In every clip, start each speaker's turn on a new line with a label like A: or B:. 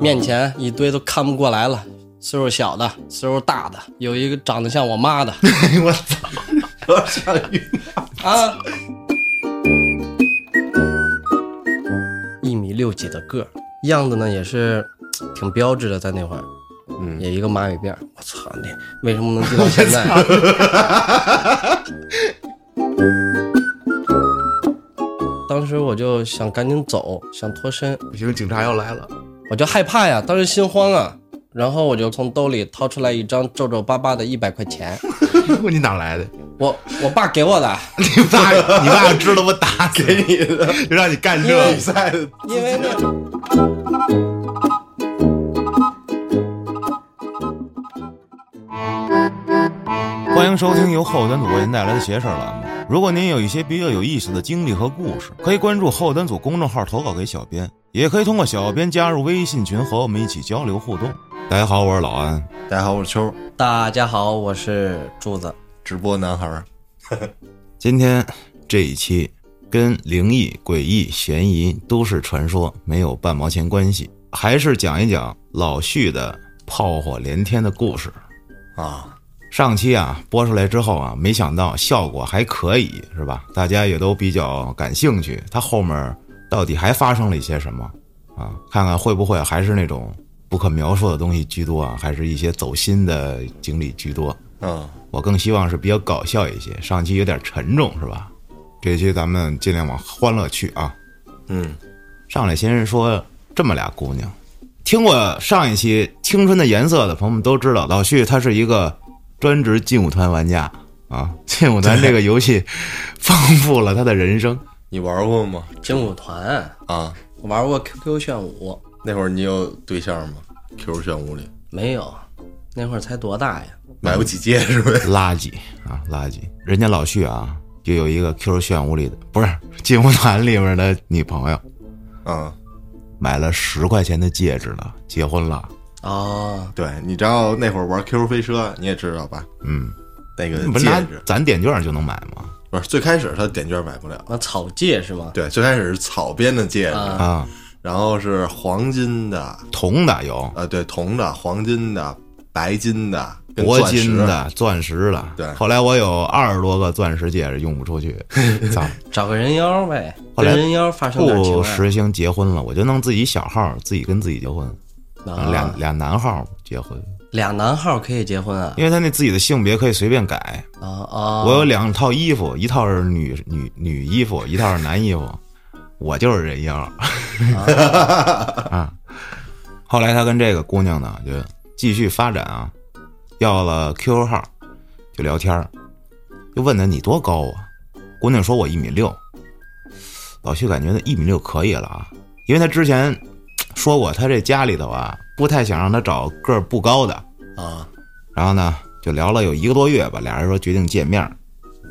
A: 面前一堆都看不过来了，岁数小的，岁数大的，有一个长得像我妈的
B: 哎我操，我想晕。
A: 啊，一米六几的个儿，样子呢也是挺标致的，在那会儿。
B: 嗯
A: 也一个马尾辫儿，我操，那为什么能记到现在？当时我就想赶紧走，想脱身，
B: 不行，警察要来了。
A: 我就害怕呀，当时心慌啊，然后我就从兜里掏出来一张皱皱巴巴的一百块钱，
B: 你哪来的？
A: 我我爸给我的，
B: 你爸，你爸要知道我打死给你的，就让你干
A: 因为
B: 这比赛的。
A: 因为那
C: 欢迎收听由后端组为您带来的“邪事儿”栏目。如果您有一些比较有意思的经历和故事，可以关注后端组公众号投稿给小编，也可以通过小编加入微信群和我们一起交流互动。大家好，我是老安。
B: 大家好，我是秋，
A: 大家好，我是柱子，
B: 直播男孩。
C: 今天这一期跟灵异、诡异、悬疑、都市传说没有半毛钱关系，还是讲一讲老旭的炮火连天的故事。
B: 啊，
C: 上期啊播出来之后啊，没想到效果还可以，是吧？大家也都比较感兴趣，它后面到底还发生了一些什么啊？看看会不会还是那种不可描述的东西居多啊，还是一些走心的经历居多？
B: 嗯，
C: 我更希望是比较搞笑一些，上期有点沉重，是吧？这期咱们尽量往欢乐去啊。
B: 嗯，
C: 上来先是说这么俩姑娘，听过上一期《青春的颜色》的朋友们都知道，老旭他是一个专职劲舞团玩家啊， 劲舞团这个游戏丰富了他的人生。
B: 你玩过吗？
A: 劲舞团，
B: 啊，
A: 玩过 QQ 炫舞
B: 那会儿你有对象吗？QQ 炫舞里
A: 没有？那会儿才多大呀？
B: 买不起戒指呗？
C: 垃圾啊，垃圾！人家老旭啊，就有一个 Q 炫舞里的，不是劲舞团里面的女朋友，
B: 啊，
C: 买了十块钱的戒指了，结婚了。
A: 哦，
B: 对，你知道那会儿玩 QQ 飞车，你也知道吧？
C: 嗯，
B: 那个
C: 不是
B: 呃
C: 拿
B: 戒指
C: 咱点券就能买吗？
B: 不是最开始他点券买不了，
A: 啊，草戒是吗？
B: 对，最开始是草编的戒指，
A: 啊
C: 啊，
B: 然后是黄金的，
C: 铜的有，
B: 呃，对，铜的、黄金的、白金的、跟
C: 铂
B: 钻石
C: 金，的、钻石的。
B: 对
C: 后来我有二十多个钻石戒指用不出 去，操！
A: 找个人妖呗，
C: 后来
A: 跟人妖发生点情啊
C: 不
A: 爱
C: 实行结婚了，我就弄自己小号，自己跟自己结婚，
A: 啊，
C: 俩俩男号结婚，
A: 俩男号可以结婚啊？
C: 因为他那自己的性别可以随便改。
A: 啊啊！
C: 我有两套衣服，一套是女女女衣服，一套是男衣服，我就是人妖 啊。后来他跟这个姑娘呢，就继续发展啊，要了 QQ 号，就聊天儿就问她你多高啊？姑娘说我一米六。老徐感觉那一米六可以了啊，因为他之前说过，他这家里头啊不太想让他找个儿不高的，
B: 啊，
C: 然后呢，就聊了有一个多月吧，俩人说决定见面儿。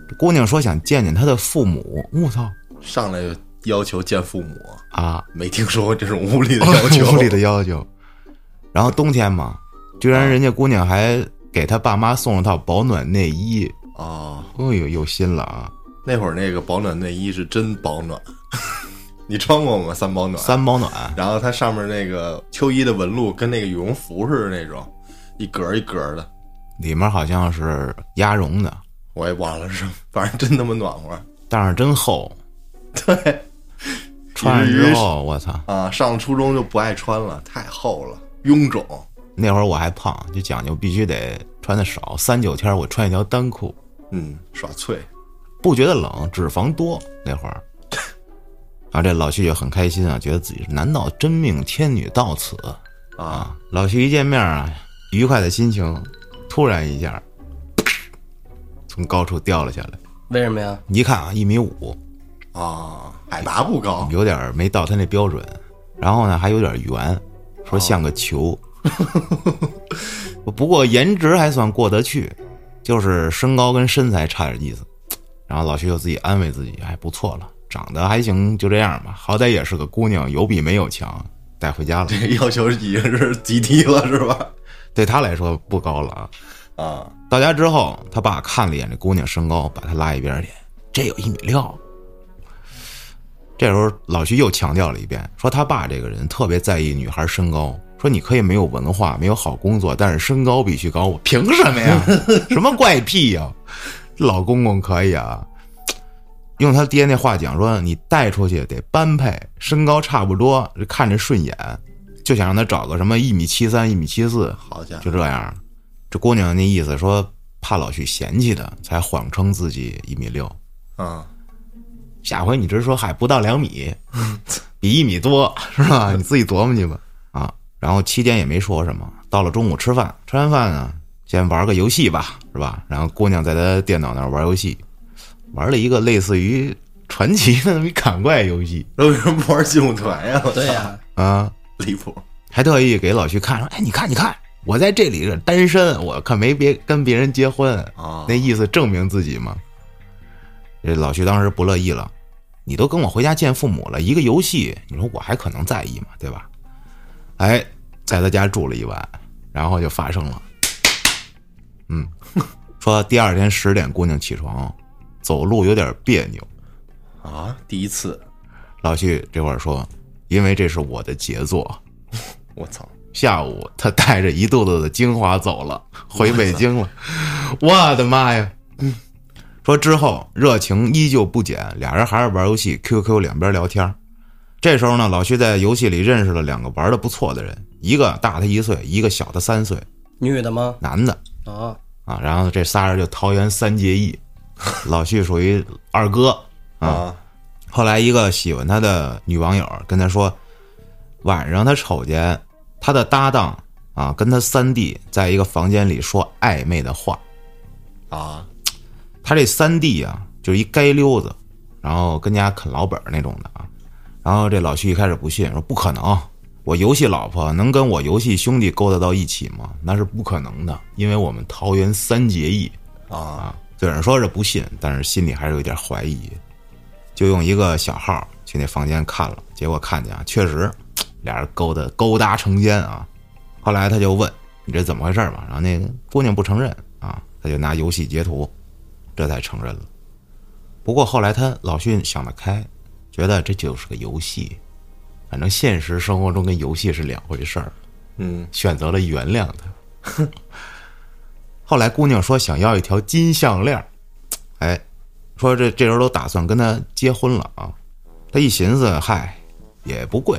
C: 这姑娘说想见见她的父母，我操
B: 上来就要求见父母，
C: 啊，
B: 没听说过这种无理的要求。
C: 无哦理的要求。然后冬天嘛，居然人家姑娘还给她爸妈送了套保暖内衣，
B: 哦，
C: 哎呦，有心了啊！
B: 那会儿那个保暖内衣是真保暖，你穿过吗？三保暖。
C: 三保暖，
B: 然后它上面那个秋衣的纹路跟那个羽绒服似的那种，一格一格的，
C: 里面好像是鸭绒的，
B: 我也忘了是什么，反正真他妈暖和
C: 但是真厚。
B: 对，
C: 穿上之后，我操，
B: 啊！上初中就不爱穿了，太厚了，臃肿。
C: 那会儿我还胖，就讲究必须得穿的少，三九天我穿一条单裤。
B: 嗯，耍脆。
C: 不觉得冷，脂肪多那会儿。 啊，这老徐就很开心啊，觉得自己是难道真命天女到此
B: 啊
C: 啊？老徐一见面啊，愉快的心情突然一下从高处掉了下来。
A: 为什么呀？
C: 你一看啊，一米五，
B: 啊，海拔不高，
C: 有点儿没到他那标准，然后呢还有点圆，说像个球。 不过颜值还算过得去，就是身高跟身材差点意思。然后老徐就自己安慰自己，哎，不错了，长得还行，就这样吧，好歹也是个姑娘，有比没有强。带回家了，
B: 这个要求已经是极低了，是吧？
C: 对他来说不高了啊。
B: 啊，
C: 到家之后，他爸看了一眼这姑娘身高，把她拉一边去。这有一米六。这时候老徐又强调了一遍，说他爸这个人特别在意女孩身高，说你可以没有文化，没有好工作，但是身高必须高，我凭什么呀？ 什么怪癖呀、老公公可以啊。用他爹那话讲说，你带出去得般配，身高差不多，看着顺眼，就想让他找个什么一米七三、一米七四，
B: 好家伙，
C: 就这样。这姑娘那意思说，怕老去嫌弃他，才谎称自己一米六。
B: 啊，
C: 下回你直说还不到两米，比一米多是吧？你自己琢磨去吧。啊，然后期间也没说什么。到了中午吃饭，吃完饭啊，先玩个游戏吧，是吧？然后姑娘在她电脑那儿玩游戏，玩了一个类似于传奇的那么一砍怪游戏
B: 那为什么不玩劲舞团呀？我操
A: 对呀、
C: 啊，
B: 离谱，
C: 还特意给老徐看说：“哎，你看，你看，我在这里是单身，我可没别跟别人结婚
B: 哦
C: 那意思证明自己嘛。”这老徐当时不乐意了，你都跟我回家见父母了，一个游戏，你说我还可能在意吗？对吧？哎，在他家住了一晚，然后就发生了。嗯， 说第二天十点，姑娘起床，走路有点别扭。
B: 啊，第一次，
C: 老徐这会儿说：“因为这是我的杰作。”
B: 我操，
C: 下午他带着一肚子的精华走了，回北京了。 我的妈呀！说之后热情依旧不减，俩人还是玩游戏，QQ 两边聊天儿。这时候呢，老徐在游戏里认识了两个玩的不错的人，一个大他一岁，一个小他三岁，
A: 女的吗？
C: 男的
A: 啊，
C: 啊。然后这仨人就桃园三结义， 老徐属于二哥。
B: 啊，
C: 后来一个喜欢他的女网友跟他说，晚上他瞅见他的搭档啊跟他三弟在一个房间里说暧昧的话，
B: 啊，
C: 他这三弟啊就是一街溜子，然后跟家啃老本儿那种的啊。然后这老徐一开始不信，说不可能，我游戏老婆能跟我游戏兄弟勾搭到一起吗？那是不可能的，因为我们桃园三结义，
B: 啊，
C: 嘴上说是不信，但是心里还是有点怀疑，就用一个小号去那房间看了，结果看见啊，确实俩人勾搭勾搭成奸啊。后来他就问你这怎么回事嘛，然后那姑娘不承认啊，他就拿游戏截图，这才承认了。不过后来他老迅想得开，觉得这就是个游戏，反正现实生活中跟游戏是两回事儿。
B: 嗯，
C: 选择了原谅他。后来姑娘说想要一条金项链儿，哎，说这这人都打算跟他结婚了啊。他一寻思，嗨，也不贵，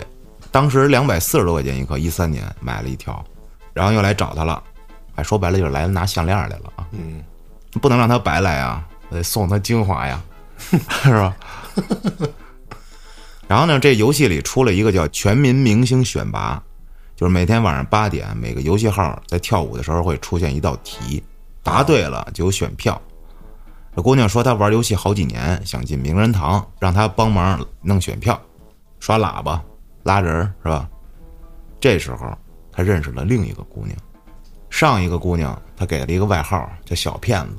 C: 当时两百四十多块钱一颗，一三年买了一条，然后又来找他了，哎，说白了就是来拿项链儿来了啊。
B: 嗯，
C: 不能让他白来啊，我得送他精华呀， 是吧？然后呢，这游戏里出了一个叫“全民明星选拔”，就是每天晚上八点，每个游戏号在跳舞的时候会出现一道题，答对了就有选票。这姑娘说她玩游戏好几年，想进名人堂，让她帮忙弄选票，刷喇叭、拉人儿是吧？这时候她认识了另一个姑娘。上一个姑娘，她给了一个外号叫小骗子，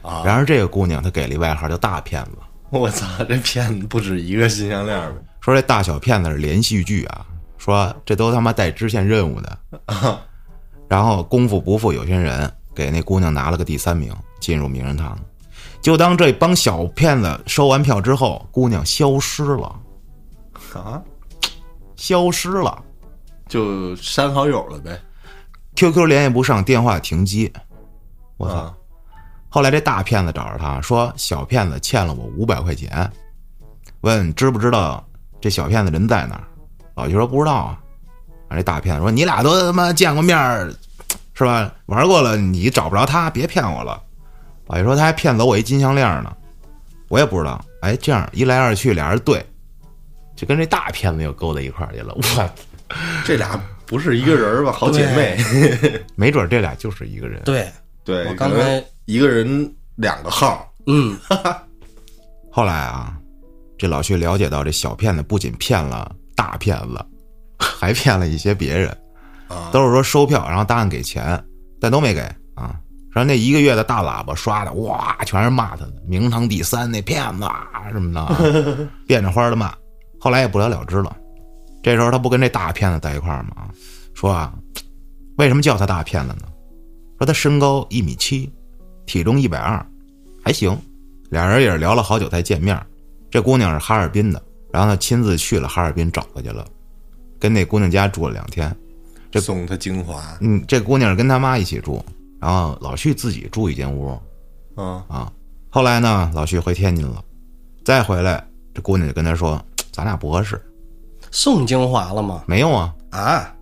B: 啊
C: 然而这个姑娘她给了一外号叫大骗子。
B: 我操，这骗子不止一个新项链儿呗，
C: 说这大小骗子是连续剧啊，说这都他妈带支线任务的。 然后功夫不负有心人，给那姑娘拿了个第三名，进入名人堂。就当这帮小骗子收完票之后，姑娘消失了，
B: 啊，
C: 消失了
B: 就删好友了呗，
C: ，QQ 联系不上，电话停机。我操！
B: 啊，
C: 后来这大骗子找着他说：“小骗子欠了我五百块钱，问知不知道这小骗子人在哪儿？”老徐说：“不知道啊。”啊，这大骗子说：“你俩都他妈见过面儿，是吧？玩过了，你找不着他，别骗我了。”老徐说：“他还骗走我一金项链呢，我也不知道。”哎，这样一来二去，俩人对，就跟这大骗子又勾搭一块儿去了。我
B: 这俩不是一个人儿吧？好姐妹，
C: 没准儿这俩就是一个人。
A: 对，
B: 对，
A: 我刚
B: 可能
A: 才
B: 一个人两个号，
A: 嗯，
C: 后来啊，这老徐了解到，这小骗子不仅骗了大骗子，还骗了一些别人，
B: 啊
C: 都是说收票，然后答案给钱，但都没给啊。然后那一个月的大喇叭刷的，哇，全是骂他的，名堂第三那骗子啊什么的啊， 变着花的骂。后来也不了了之了。这时候他不跟这大骗子在一块儿吗？啊说啊，为什么叫他大骗子呢？说他身高一米七，体重一百二，还行。俩人也是聊了好久才见面儿。这姑娘是哈尔滨的，然后他亲自去了哈尔滨找她去了，跟那姑娘家住了两天。这
B: 送他精华，
C: 嗯，这姑娘跟她妈一起住，然后老旭自己住一间屋
B: 嗯
C: 啊。后来呢，老旭回天津了，再回来，这姑娘就跟他说：“咱俩不合适。
A: 送精华了吗”？
C: 没有啊，
A: 啊，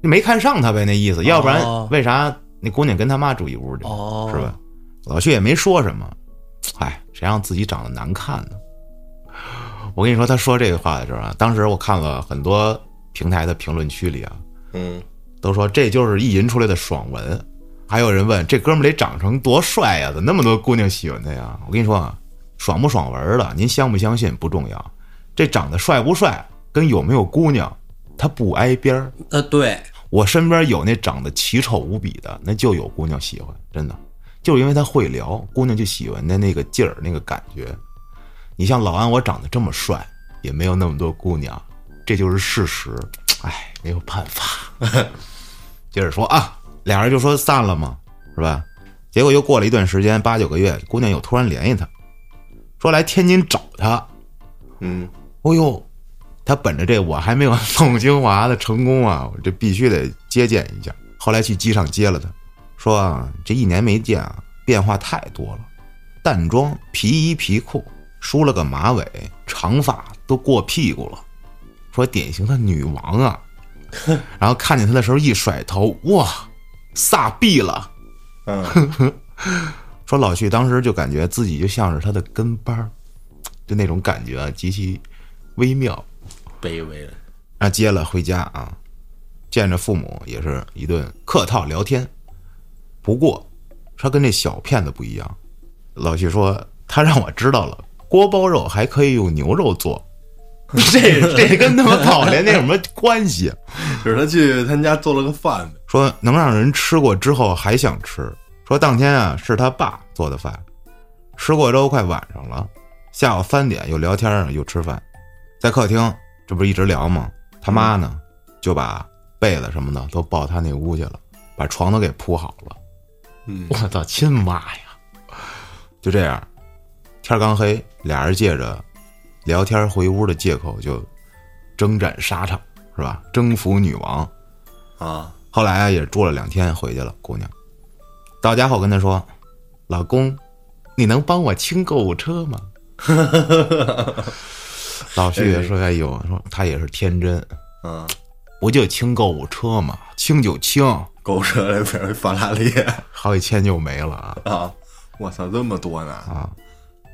C: 你没看上他呗，那意思。要不然
A: 哦
C: 为啥那姑娘跟他妈住一屋去？
A: 哦，
C: 是吧？？老薛也没说什么，哎，谁让自己长得难看呢？我跟你说，他说这个话的时候啊，当时我看了很多平台的评论区里啊，
B: 嗯，
C: 都说这就是意淫出来的爽文，还有人问这哥们儿得长成多帅呀、怎么那么多姑娘喜欢他呀？我跟你说啊，爽不爽文的，您相不相信不重要，这长得帅不帅跟有没有姑娘，他不挨边儿。
A: 呃，对，
C: 我身边有那长得奇丑无比的，那就有姑娘喜欢，真的，就是因为他会聊，姑娘就喜欢他那个劲儿，那个感觉。你像老安，我长得这么帅，也没有那么多姑娘，这就是事实。哎，没有办法。 接着说啊，俩人就说散了嘛，是吧？结果又过了一段时间，八九个月，姑娘又突然联系他，说来天津找他。
B: 嗯，
C: 哦呦，他本着这我还没有弄精华的成功啊， 我这必须得接见一下。后来去机场接了他，说啊，这一年没见啊，变化太多了，淡妆、皮衣、皮裤，梳了个马尾，长发都过屁股了，说典型的女王啊。然后看见他的时候一甩头，哇，撒币了。
B: 嗯，
C: 说老旭当时就感觉自己就像是他的跟班儿，就那种感觉啊，极其微妙。
B: 卑微了，
C: 啊，接了回家啊，见着父母也是一顿客套聊天。不过，他跟这小骗子不一样。老徐说，他让我知道了，锅包肉还可以用牛肉做， 这这跟他妈早年那有什么关系？啊
B: 就是他去他家做了个饭呗，
C: 说能让人吃过之后还想吃。说当天啊是他爸做的饭，吃过之后快晚上了，下午三点又聊天儿又吃饭，在客厅这不是一直聊吗？他妈呢就把被子什么的都抱他那屋去了，把床都给铺好了。
B: 嗯
C: 我操，亲妈呀！就这样，天刚黑，俩人借着聊天回屋的借口就征战沙场，是吧？征服女王。
B: 啊，
C: 后来啊也住了两天，回去了。姑娘到家后跟他说：“老公，你能帮我清购物车吗？” 老徐也说：“哎呦，说他也是天真，
B: 嗯，
C: 不就清购物车吗？清就清，
B: 狗车里边法拉利
C: 好几千就没了啊
B: 啊，我操，这么多呢，
C: 啊！”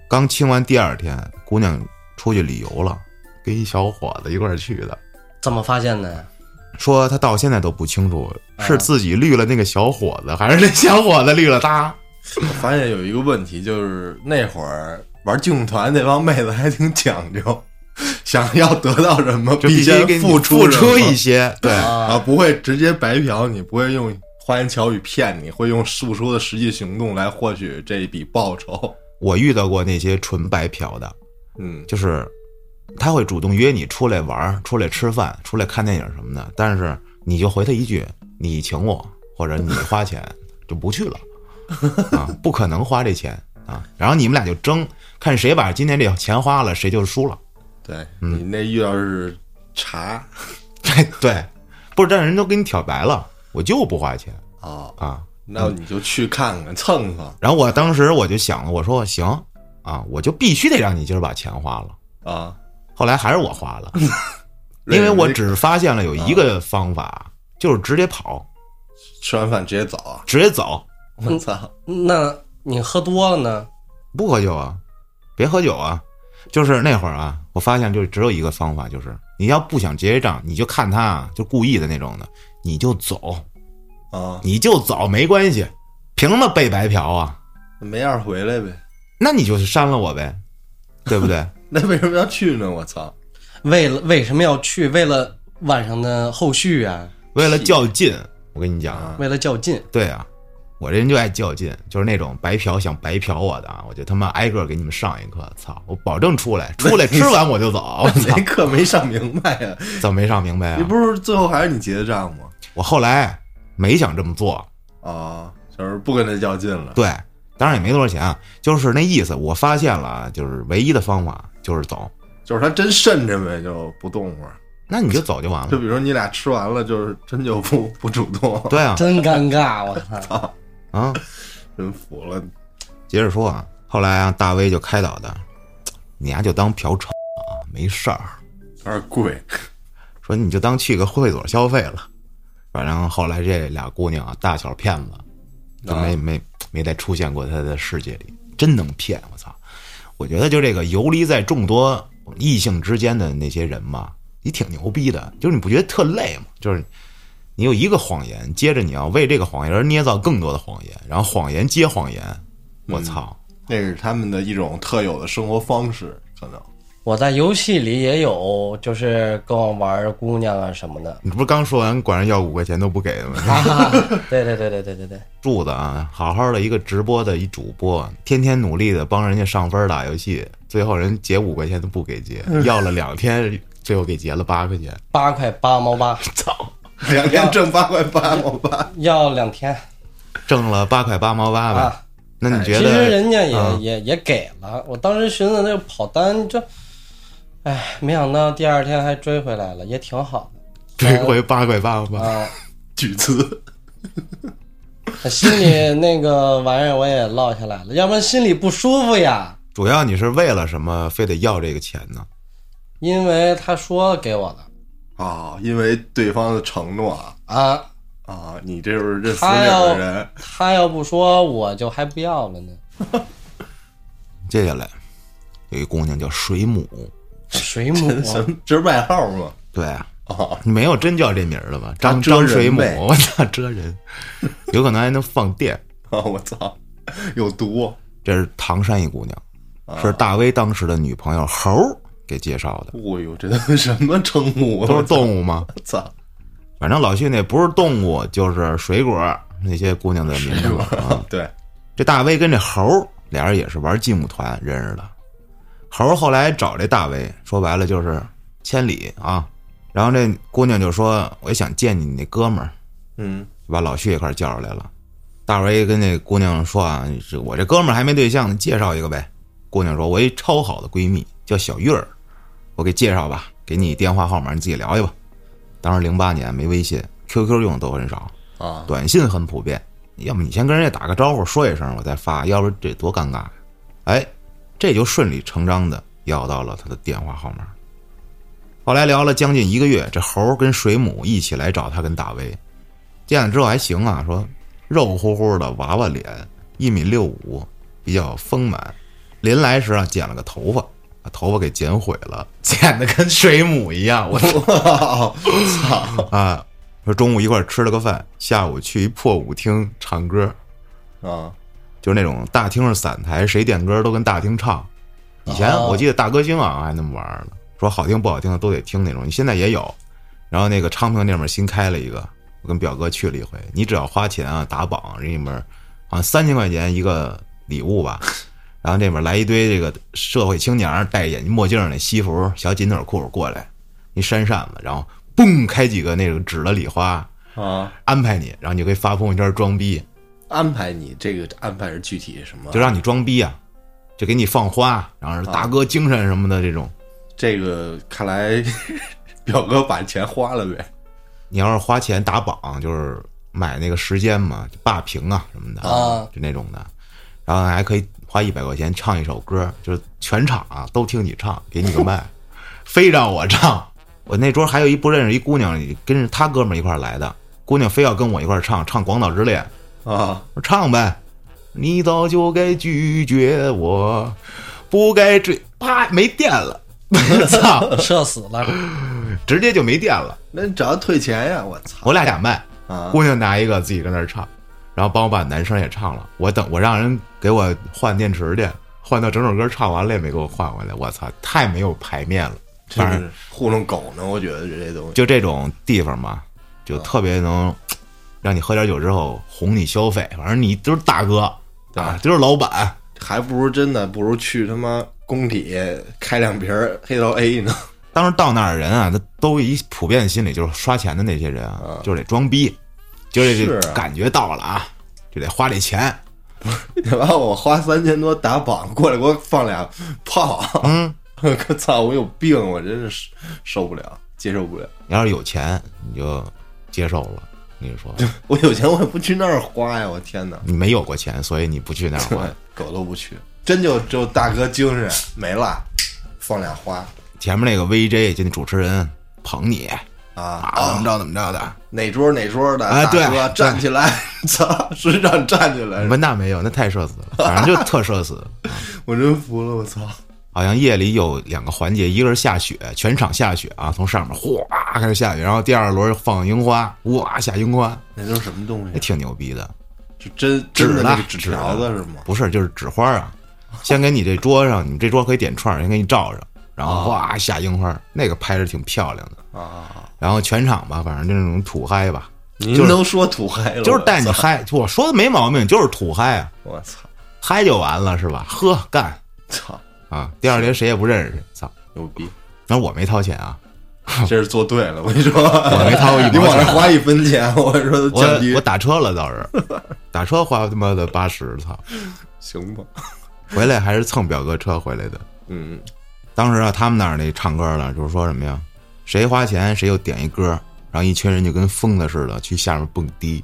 C: 刚清完第二天，姑娘出去旅游了，跟一小伙子一块儿去的。
A: 怎么发现的？
C: 说他到现在都不清楚是
A: 啊
C: 自己绿了那个小伙子，还是那小伙子绿了他。
B: 我发现有一个问题，就是那会儿玩劲舞团那帮妹子还挺讲究，想要得到什么，
C: 就必须
B: 先
C: 给你
B: 付
C: 付
B: 什
C: 出
B: 么
C: 一些，对，
B: 啊，
A: 啊，
B: 不会直接白嫖你，不会用花言巧语骗你，会用付出的实际行动来获取这一笔报酬。
C: 我遇到过那些纯白嫖的，
B: 嗯
C: 就是他会主动约你出来玩儿、出来吃饭、出来看电影什么的，但是你就回他一句“你请我”或者“你花钱”，就不去了啊，不可能花这钱啊。然后你们俩就争，看谁把今天这钱花了，谁就输了。，
B: 对
C: 嗯
B: 你那遇到是茶
C: 对对，不是，但是人都跟你挑白了，我就不花钱
B: 哦，
C: 啊。
B: 那你就去看看蹭蹭
C: 然后我当时我就想了，我说行啊，我就必须得让你今儿把钱花了。
B: 啊，
C: 后来还是我花了， 因为我只发现了有一个方法，就是直接跑，
B: 吃完饭直接走啊。
C: 直接走，
B: 我操，
A: 那你喝多了呢？
C: 不喝酒啊，别喝酒啊。就是那会儿啊，我发现就只有一个方法，就是你要不想结账，你就看他啊，就故意的那种的，你就走，
B: 啊，
C: 你就走，没关系，凭什么被白嫖啊？
B: 没样儿回来呗。
C: 那你就删了我呗，对不对？
B: 那为什么要去呢？我操，
A: 为了为什么要去？为了晚上的后续啊，
C: 为了较劲，我跟你讲啊，
B: 啊
A: 为了较劲。
C: 对啊，我这人就爱较劲，就是那种白嫖想白嫖我的啊，我就他妈挨个给你们上一课，操！我保证出来，出来吃完我就走， 我操！
B: 那课没上明白呀？
C: 怎么没上明白啊
B: 你？不是最后还是你结的账吗？
C: 我后来没想这么做，
B: 啊，就是不跟他较劲了。
C: 对，当然也没多少钱啊，就是那意思。我发现了啊，就是唯一的方法就是走，
B: 就是他真慎着呗，就不动会儿。
C: 那你就走就完
B: 就
C: 了。
B: 比如你俩吃完了，就是真就不不主动，
C: 对啊，
A: 真尴尬，我操！
C: 啊，
B: 真服了。
C: 接着说啊，后来啊，大威就开导他，你呀、就当嫖娼啊，没事儿。
B: 有点贵，
C: 说你就当去个会所消费了。反正后来这俩姑娘啊，大小骗子，就没、没没再出现过他的世界里，真能骗！我操！我觉得就这个游离在众多异性之间的那些人嘛，你挺牛逼的，就是你不觉得特累吗？就是你有一个谎言，接着你要为这个谎言而捏造更多的谎言，然后谎言接谎言，我操！
B: 那是他们的一种特有的生活方式，可能。
A: 我在游戏里也有，就是跟我玩儿姑娘啊什么的。
C: 你不是刚说完管人要五块钱都不给的吗？
A: 啊，对对对对对对对，
C: 柱子啊，好好的一个直播的一主播，天天努力的帮人家上分儿打游戏，最后人结五块钱都不给结，要了两天，最后给结了八块钱。
A: 八块八毛八，
C: 操，
B: 两天挣八块八毛八，
A: 要两天
C: 挣 了八块八毛八吧？
A: 啊。
C: 那你
A: 其
C: 觉
A: 实
C: 得？
A: 人家也、
C: 啊
A: 也也给了，我当时寻思那个跑单这，哎，没想到第二天还追回来了，也挺好
C: 追回八块八毛
A: 的
C: 八，
A: 啊。
B: 巨资。
A: 心里那个玩意儿我也落下来了，要不然心里不舒服呀。
C: 主要你是为了什么非得要这个钱呢？
A: 因为他说给我的
B: 啊、因为对方的承诺啊
A: 啊，
B: 啊，你这就是认死理
A: 他要
B: 的人，
A: 他要不说我就还不要了呢。
C: 接下来有一姑娘叫水母，
A: 水母
B: 这什么这是外号吗？
C: 对啊，
B: 啊，
C: 你没有真叫这名儿的吧？
A: 啊
C: 张
B: 遮
C: 张
B: 人
C: 水母
B: 呗，
C: 我操，遮 人，有可能还能放电。
B: 啊我操，有毒！啊
C: 这是唐山一姑娘，是大威当时的女朋友猴儿给介绍的，
B: 哦呦，这都是什么称呼 啊？
C: 都是
B: 我
C: 动物吗？
B: 操，
C: 反正老旭那不是动物就是水果儿那些姑娘的名字嘛 啊。
B: 对，
C: 这大威跟这猴儿俩人也是玩劲舞团认识的，猴儿后来找这大威，说白了就是千里啊。然后这姑娘就说：“我也想见你那哥们儿。”
B: 嗯，
C: 就把老旭一块儿叫出来了。大伟跟那姑娘说啊，这我这哥们儿还没对象呢，介绍一个呗。姑娘说，我一超好的闺蜜叫小月儿，我给介绍吧，给你电话号码，你自己聊去吧。当时零八年没微信，QQ 用的都很少，
B: 啊，
C: 短信很普遍。要么你先跟人家打个招呼说一声，我再发，要不然这多尴尬呀、哎，这就顺理成章的要到了他的电话号码。后来聊了将近一个月，这猴儿跟水母一起来找他跟大威，见了之后还行啊，说肉乎乎的娃娃脸，一米六五，比较丰满。临来时啊，剪了个头发，把头发给剪毁了， 剪的跟水母一样。我操！啊，说中午一块儿吃了个饭，下午去一破舞厅唱歌，
B: 啊，
C: 就是那种大厅是散台，谁点歌都跟大厅唱。以前
A: 哦
C: 我记得大歌星啊还那么玩儿呢，说好听不好听的都得听那种。你现在也有，然后那个昌平那边新开了一个，我跟表哥去了一回，你只要花钱啊打榜，人家那边好像三千块钱一个礼物吧。然后那边来一堆这个社会青年儿，戴眼镜、墨镜儿、那西服、小紧腿裤过来，一扇扇子，然后嘣开几个那种纸的礼花，
B: 啊，
C: 安排你，然后你就可以发朋友圈装逼。
B: 安排你这个安排是具体什么
C: 就？让你装逼啊，就给你放花，然后是大哥精神什么的这种。
B: 这个看来 表哥把钱花了呗。
C: 你要是花钱打榜，就是买那个时间嘛，就霸屏啊什么的
A: 啊
C: 就那种的。然后还可以花一百块钱唱一首歌，就是全场啊都听你唱，给你个麦，非让我唱。我那桌还有一不认识一姑娘，跟着她哥们儿一块儿来的，姑娘非要跟我一块儿唱唱《广岛之恋》，
B: 啊，
C: 我说唱呗。你早就该拒绝我，不该追，啪，没电了， 操！
A: 射死了，
C: 直接就没电了。
B: 那你找他退钱呀！我操
C: 我俩俩麦，
B: 啊！
C: 姑娘拿一个，自己跟那儿唱，然后帮我把男生也唱了。我等我让人给我换电池去，换到整首歌唱完了也没给我换回来。我操，太没有排面了。
B: 这
C: 反正
B: 是糊弄狗呢，我觉得这东西。
C: 就这种地方嘛，就特别能让你喝点酒之后哄你消费。反正你就是大哥啊，就是老板。
B: 还不如真的不如去他妈工体开两瓶儿黑桃 A 呢。
C: 当时到那儿的人啊，他都一普遍心理就是刷钱的那些人啊，就是得装逼，就这
B: 是
C: 这
B: 啊
C: 感觉到了啊，就得花这钱。
B: 你妈，我花三千多打榜过来给我放俩炮，
C: 嗯，
B: 我操，我有病，我真是受不了。接受不了。
C: 你要是有钱，你就接受了。你就 说
B: 我有钱我也不去那儿花呀！我天哪，
C: 你没有过钱，所以你不去那儿花。
B: 狗都不去，真就只有大哥精神没了，放俩花
C: 前面那个 VJ 就那主持人捧你
B: 啊
C: 啊，怎么着怎么着的。
B: 哪桌哪桌的
C: 哎
B: 大
C: 对
B: 哥
C: 对
B: 站起来， 操，师长站起来，
C: 文大没有，那太社死了，反正就特社 死。
B: 我真服了，我操！
C: 好像夜里有两个环节，一个是下雪，全场下雪啊，从上面哗开始下雪，然后第二轮放樱花，哇下樱花，
B: 那都是什么东
C: 也
B: 西？啊
C: 挺牛逼的。
B: 就真
C: 纸
B: 真的
C: 的
B: 那个纸条子是吗？
C: 不是，就是纸花啊，先给你这桌上，你这桌可以点串儿，先给你罩上，然
B: 哦
C: 后哗下樱花，那个拍着挺漂亮的。
B: 啊，
C: 然后全场吧，反正就那种土嗨吧，
B: 您
C: 就是
B: 都说土嗨了，
C: 就是带你嗨。我说的没毛病，就是土嗨啊，
B: 我操，
C: 嗨就完了是吧？喝干
B: 我操，
C: 啊！第二天谁也不认识，操！
B: 牛逼！
C: 那我没掏钱啊，
B: 这是做对了，我跟你说，我
C: 没掏过一毛钱
B: 你往上花一分钱，我说都
C: 我
B: 降低
C: 我打车了倒是，打车花他妈的八十，操！
B: 行吧？
C: 回来还是蹭表哥车回来的。
B: 嗯，
C: 当时啊，他们那儿那唱歌的，就是说什么呀，谁花钱谁就点一歌，然后一群人就跟疯子似的去下面蹦迪。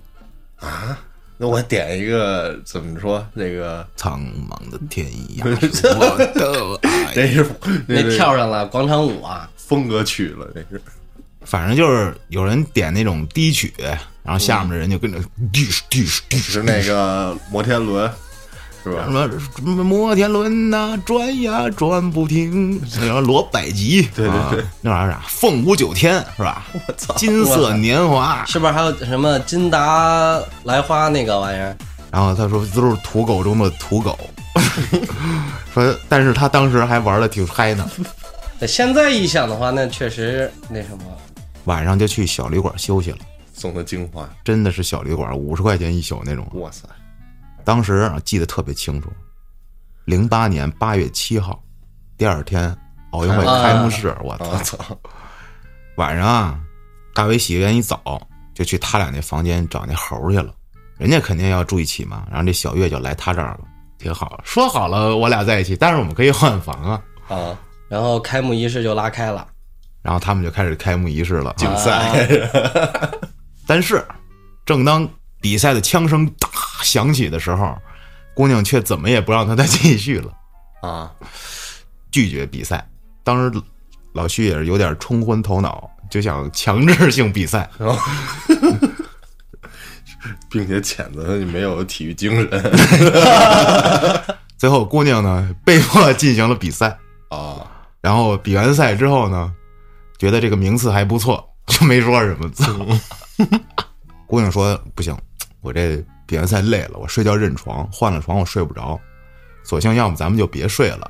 B: 那我点一个怎么说那个
C: 苍茫的天涯是我的爱，
B: 这是
A: 那
B: 这是
A: 跳上了广场舞啊，
B: 风格曲了，这是
C: 反正就是有人点那种低曲，然后下面的人就跟着低低低，
B: 是那个摩天轮，是
C: 什
B: 吧？
C: 么什么摩天轮呐、转呀转不停，然后罗百吉，对对对，那玩意儿啥，凤舞九天是吧？我操，金色年华，
A: 是不是还有什么金达莱花那个玩意儿？
C: 然后他说都是土狗中的土狗， 说但是他当时还玩的挺嗨呢，
A: 那现在一想的话，那确实那什么，
C: 晚上就去小旅馆休息了，
B: 送的精华，
C: 真的是小旅馆，五十块钱一宿那种。
B: 哇塞，
C: 当时啊记得特别清楚，零八年八月七号，第二天奥运会开幕式，我操！
B: 我啊操，
C: 晚上啊，大伟洗完一澡就去他俩那房间找那猴去了，人家肯定要住一起嘛。然后这小月就来他这儿了，挺好，说好了我俩在一起，但是我们可以换房啊。
B: 啊，
A: 然后开幕仪式就拉开了，
C: 然后他们就开始开幕仪式了。啊
B: 竞赛，
C: 但是，正当比赛的枪声大响起的时候，姑娘却怎么也不让他再继续了，
B: 啊，
C: 拒绝比赛。当时老徐也是有点冲昏头脑，就想强制性比赛。
B: 并且谴责你没有体育精神
C: 最后，姑娘呢被迫进行了比赛。
B: 啊，
C: 然后比完赛之后呢，觉得这个名次还不错， 就没说什么。操！ 姑娘说不行，我这比完赛累了，我睡觉认床，换了床我睡不着，索性要么咱们就别睡了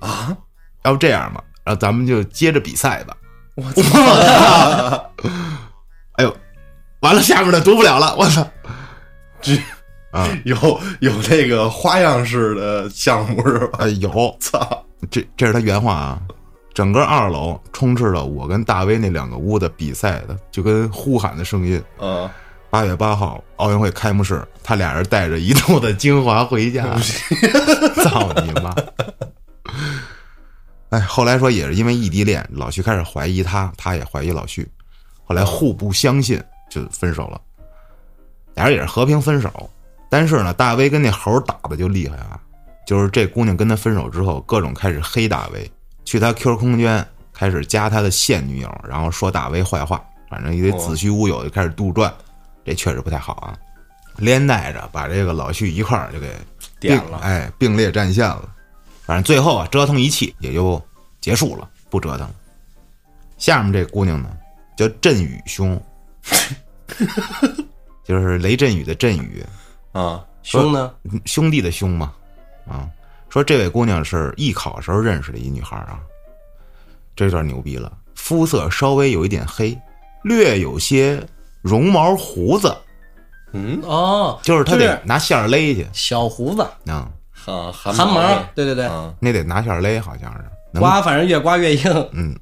B: 啊，
C: 要不这样吧，然后咱们就接着比赛吧。我操！ 哎呦，完了，下面的读不了了，我操！
B: 这
C: 啊，
B: 有有那个花样式的项目是吧？
C: 哎有
B: 操，
C: 这这是他原话啊。整个二楼充斥了我跟大威那两个屋的比赛的，就跟呼喊的声音。
B: 啊，
C: 八月八号奥运会开幕式，他俩人带着一肚子精华回家。 操你妈！哎，后来说也是因为异地恋，老徐开始怀疑他，他也怀疑老徐，后来互不相信就分手了。俩人也是和平分手，但是呢，大威跟那猴打的就厉害啊，就是这姑娘跟他分手之后，各种开始黑大威，去他 QQ 空间开始加他的现女友，然后说大威坏话，反正一堆子虚乌有就开始杜撰，这确实不太好啊。连带着把这个老徐一块儿就给
B: 点
C: 并
B: 了
C: 哎，并列战线了。反正最后啊，折腾一气也就结束了，不折腾了。下面这姑娘呢，叫振宇 兄，就是雷震宇的震宇，
B: 啊，
A: 胸呢？
C: 兄弟的兄嘛，啊，说这位姑娘是艺考时候认识的一女孩啊，这段牛逼了，肤色稍微有一点黑，略有些绒毛胡子，
B: 嗯，
A: 哦，
C: 就是她
A: 就
C: 得
A: 是
C: 拿线儿勒去
A: 小胡子、
C: 啊，
B: 汗汗
A: 汗毛，对对对，
B: 啊，
C: 那得拿线儿勒，好像是。能
A: 刮反正越刮越硬。
C: 嗯，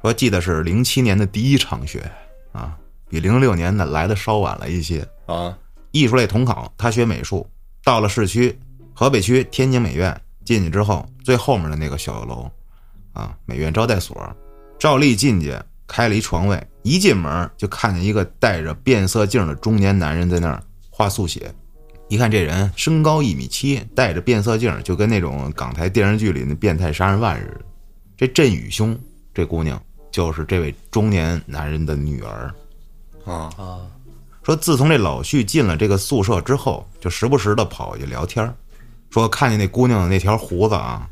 C: 说记得是零七年的第一场雪啊，比零六年的来的稍晚了一些。
B: 啊，
C: 艺术类统考，他学美术，到了市区河北区天津美院，进去之后最后面的那个小楼，啊，美院招待所，照例进去，开了一床位，一进门就看见一个戴着变色镜的中年男人在那儿画速写。一看这人身高一米七，戴着变色镜，就跟那种港台电视剧里那变态杀人犯似的。这振宇兄，这姑娘就是这位中年男人的女儿。
B: 啊，
A: 啊，
C: 说自从这老旭进了这个宿舍之后，就时不时的跑过去聊天儿，说看见那姑娘的那条胡子啊，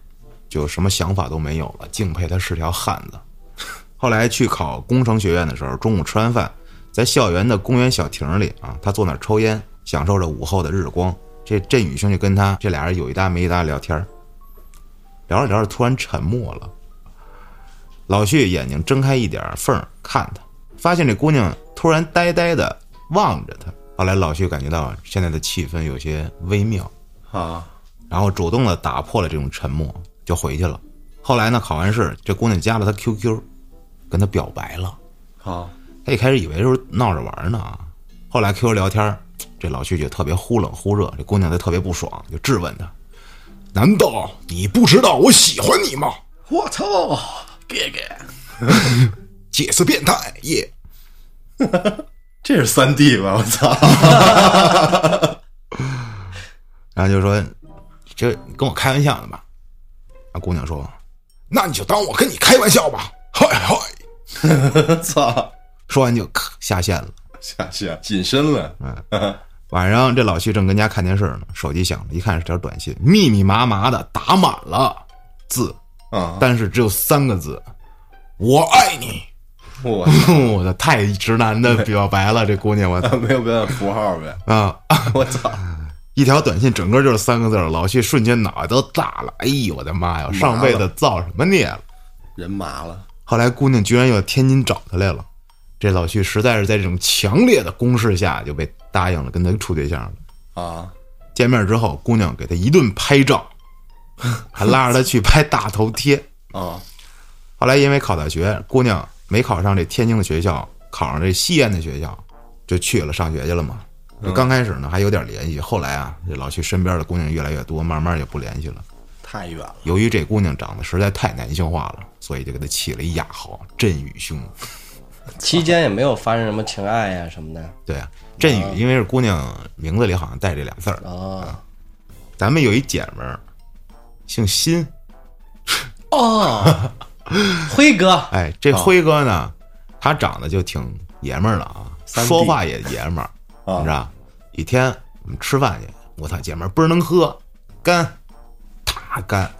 C: 就什么想法都没有了，敬佩她是条汉子。后来去考工程学院的时候，中午吃完饭，在校园的公园小亭里啊，他坐那儿抽烟，享受着午后的日光。这振宇兄就跟他这俩人有一搭没一搭聊天儿，聊着聊着突然沉默了。老旭眼睛睁开一点缝儿看他，发现这姑娘突然呆呆的望着他。后来老旭感觉到现在的气氛有些微妙，
B: 啊，
C: 然后主动的打破了这种沉默，就回去了。后来呢，考完试，这姑娘加了他 QQ，跟他表白了。
B: 好，
C: 他一开始以为是闹着玩呢啊，后来 QQ 聊天，这老旭就特别忽冷忽热，这姑娘就特别不爽，就质问他：“难道你不知道我喜欢你吗？”
B: 我操，哥哥，
C: 姐是变态耶！
B: 这是三 D 吧？我操，
C: 然后就说：“这跟我开玩笑呢吧？”啊，姑娘说：“那你就当我跟你开玩笑吧。”嗨嗨，
B: 我操，
C: 说完就咔下线了。
B: 下线紧身了，啊
C: 晚上这老徐正跟家看电视呢，手机响了，一看是条短信，密密麻麻的打满了字，
B: 啊，
C: 但是只有三个字：“我爱你。
B: 我”
C: 我的太直男的表白了，这姑娘我操
B: 没有表演符号呗，
C: 啊！
B: 我操，
C: 一条短信整个就是三个字儿，老徐瞬间脑袋都大了，哎呦我的妈呀，上辈子造什么孽了？
B: 人麻了，
C: 后来姑娘居然又天津找他来了，这老徐实在是在这种强烈的攻势下就被答应了，跟他处对象了。
B: 啊，
C: 见面之后，姑娘给他一顿拍照， 还拉着他去拍大头贴。
B: 啊，
C: 后来因为考大学，姑娘没考上这天津的学校，考上这西安的学校，就去了上学去了嘛。就刚开始呢还有点联系，后来啊，这老徐身边的姑娘越来越多，慢慢也不联系了。
B: 太远了，
C: 由于这姑娘长得实在太男性化了，所以就给她起了一雅号“振宇兄”。
A: 期间也没有发生什么情爱呀、什么的
C: 对啊，振宇因为是姑娘名字里好像带这俩字儿。
A: 啊
C: 咱们有一姐们儿，姓辛，
A: 哦，辉哥
C: 哎，
B: 啊
C: 这辉哥呢，他长得就挺爷们儿的啊，
B: 三弟
C: 说话也爷们儿，
B: 啊
C: 你知道？一天我们吃饭去，我操，姐们儿倍儿能喝，干，他干。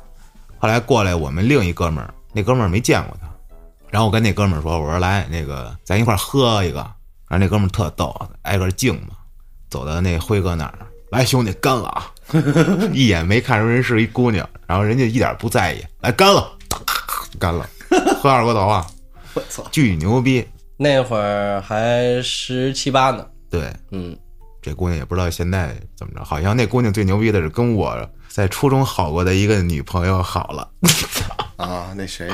C: 后来过来我们另一哥们儿，那哥们儿没见过他，然后我跟那哥们儿说，我说来那个咱一块儿喝一个，然后那哥们儿特逗，啊挨个儿敬嘛，走到那辉哥那儿，来兄弟干了 啊，一眼没看出人是一姑娘，然后人家一点不在意，来干了， 哒干了，喝二锅头啊，
B: 我操，
C: 巨牛逼。
A: 那会儿还十七八呢，
C: 对，
A: 嗯，
C: 这姑娘也不知道现在怎么着，好像那姑娘最牛逼的是跟我在初中好过的一个女朋友好了。
B: 啊，那谁，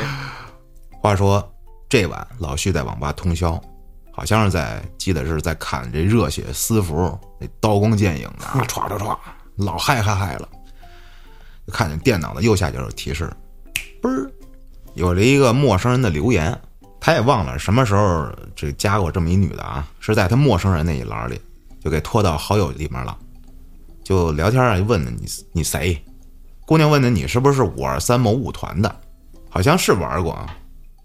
C: 话说这晚老旭在网吧通宵，好像是在记得是在砍这热血私服，那刀光剑影的啊，歘歘歘，老嗨嗨嗨了。就看见电脑的右下角有提示，嘣儿，有了一个陌生人的留言，他也忘了什么时候这加过这么一女的啊，是在他陌生人那一栏里，就给拖到好友里面了，就聊天啊，就问你你谁？姑娘问的你是不是五二三某舞团的？好像是玩过啊，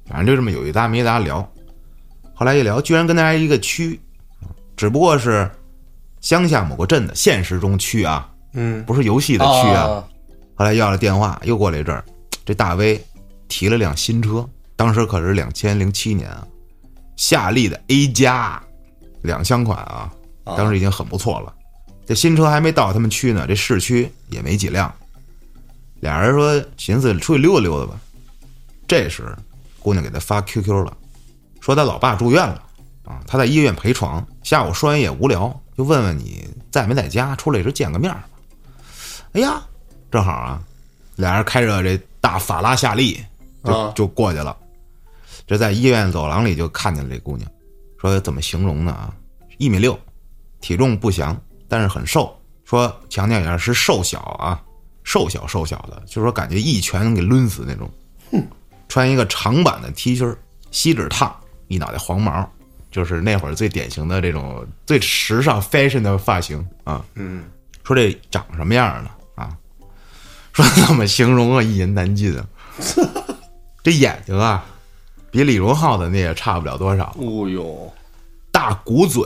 C: 反正就这么有一搭没一搭聊。后来一聊，居然跟大家一个区，只不过是乡下某个镇的现实中区啊，
B: 嗯，
C: 不是游戏的区啊。
A: 哦
C: 后来要了电话，又过了一阵儿，这大 V 提了辆新车，当时可是两千零七年啊，夏利的 A 加两厢款啊，当时已经很不错了。这新车还没到他们区呢，这市区也没几辆。俩人说寻思出去溜达溜达吧。这时，姑娘给他发 QQ 了，说他老爸住院了啊，他在医院陪床，下午说完也无聊，就问问你在没在家，出来也是见个面儿吧。哎呀，正好啊，俩人开着这大法拉夏利就
B: 啊
C: 就过去了。这在医院走廊里就看见了这姑娘，说怎么形容呢啊？一米六，体重不详，但是很瘦。说强调一下是瘦小啊，瘦小瘦小的，就是说感觉一拳能给抡死那种。穿一个长版的 T 恤，锡纸烫，一脑袋黄毛，就是那会儿最典型的这种最时尚 fashion 的发型啊。
B: 嗯，
C: 说这长什么样儿呢？啊，说怎么形容啊？一言难尽啊。这眼睛啊，比李荣浩的那也差不了多少，
B: 哦呦，
C: 大鼓嘴，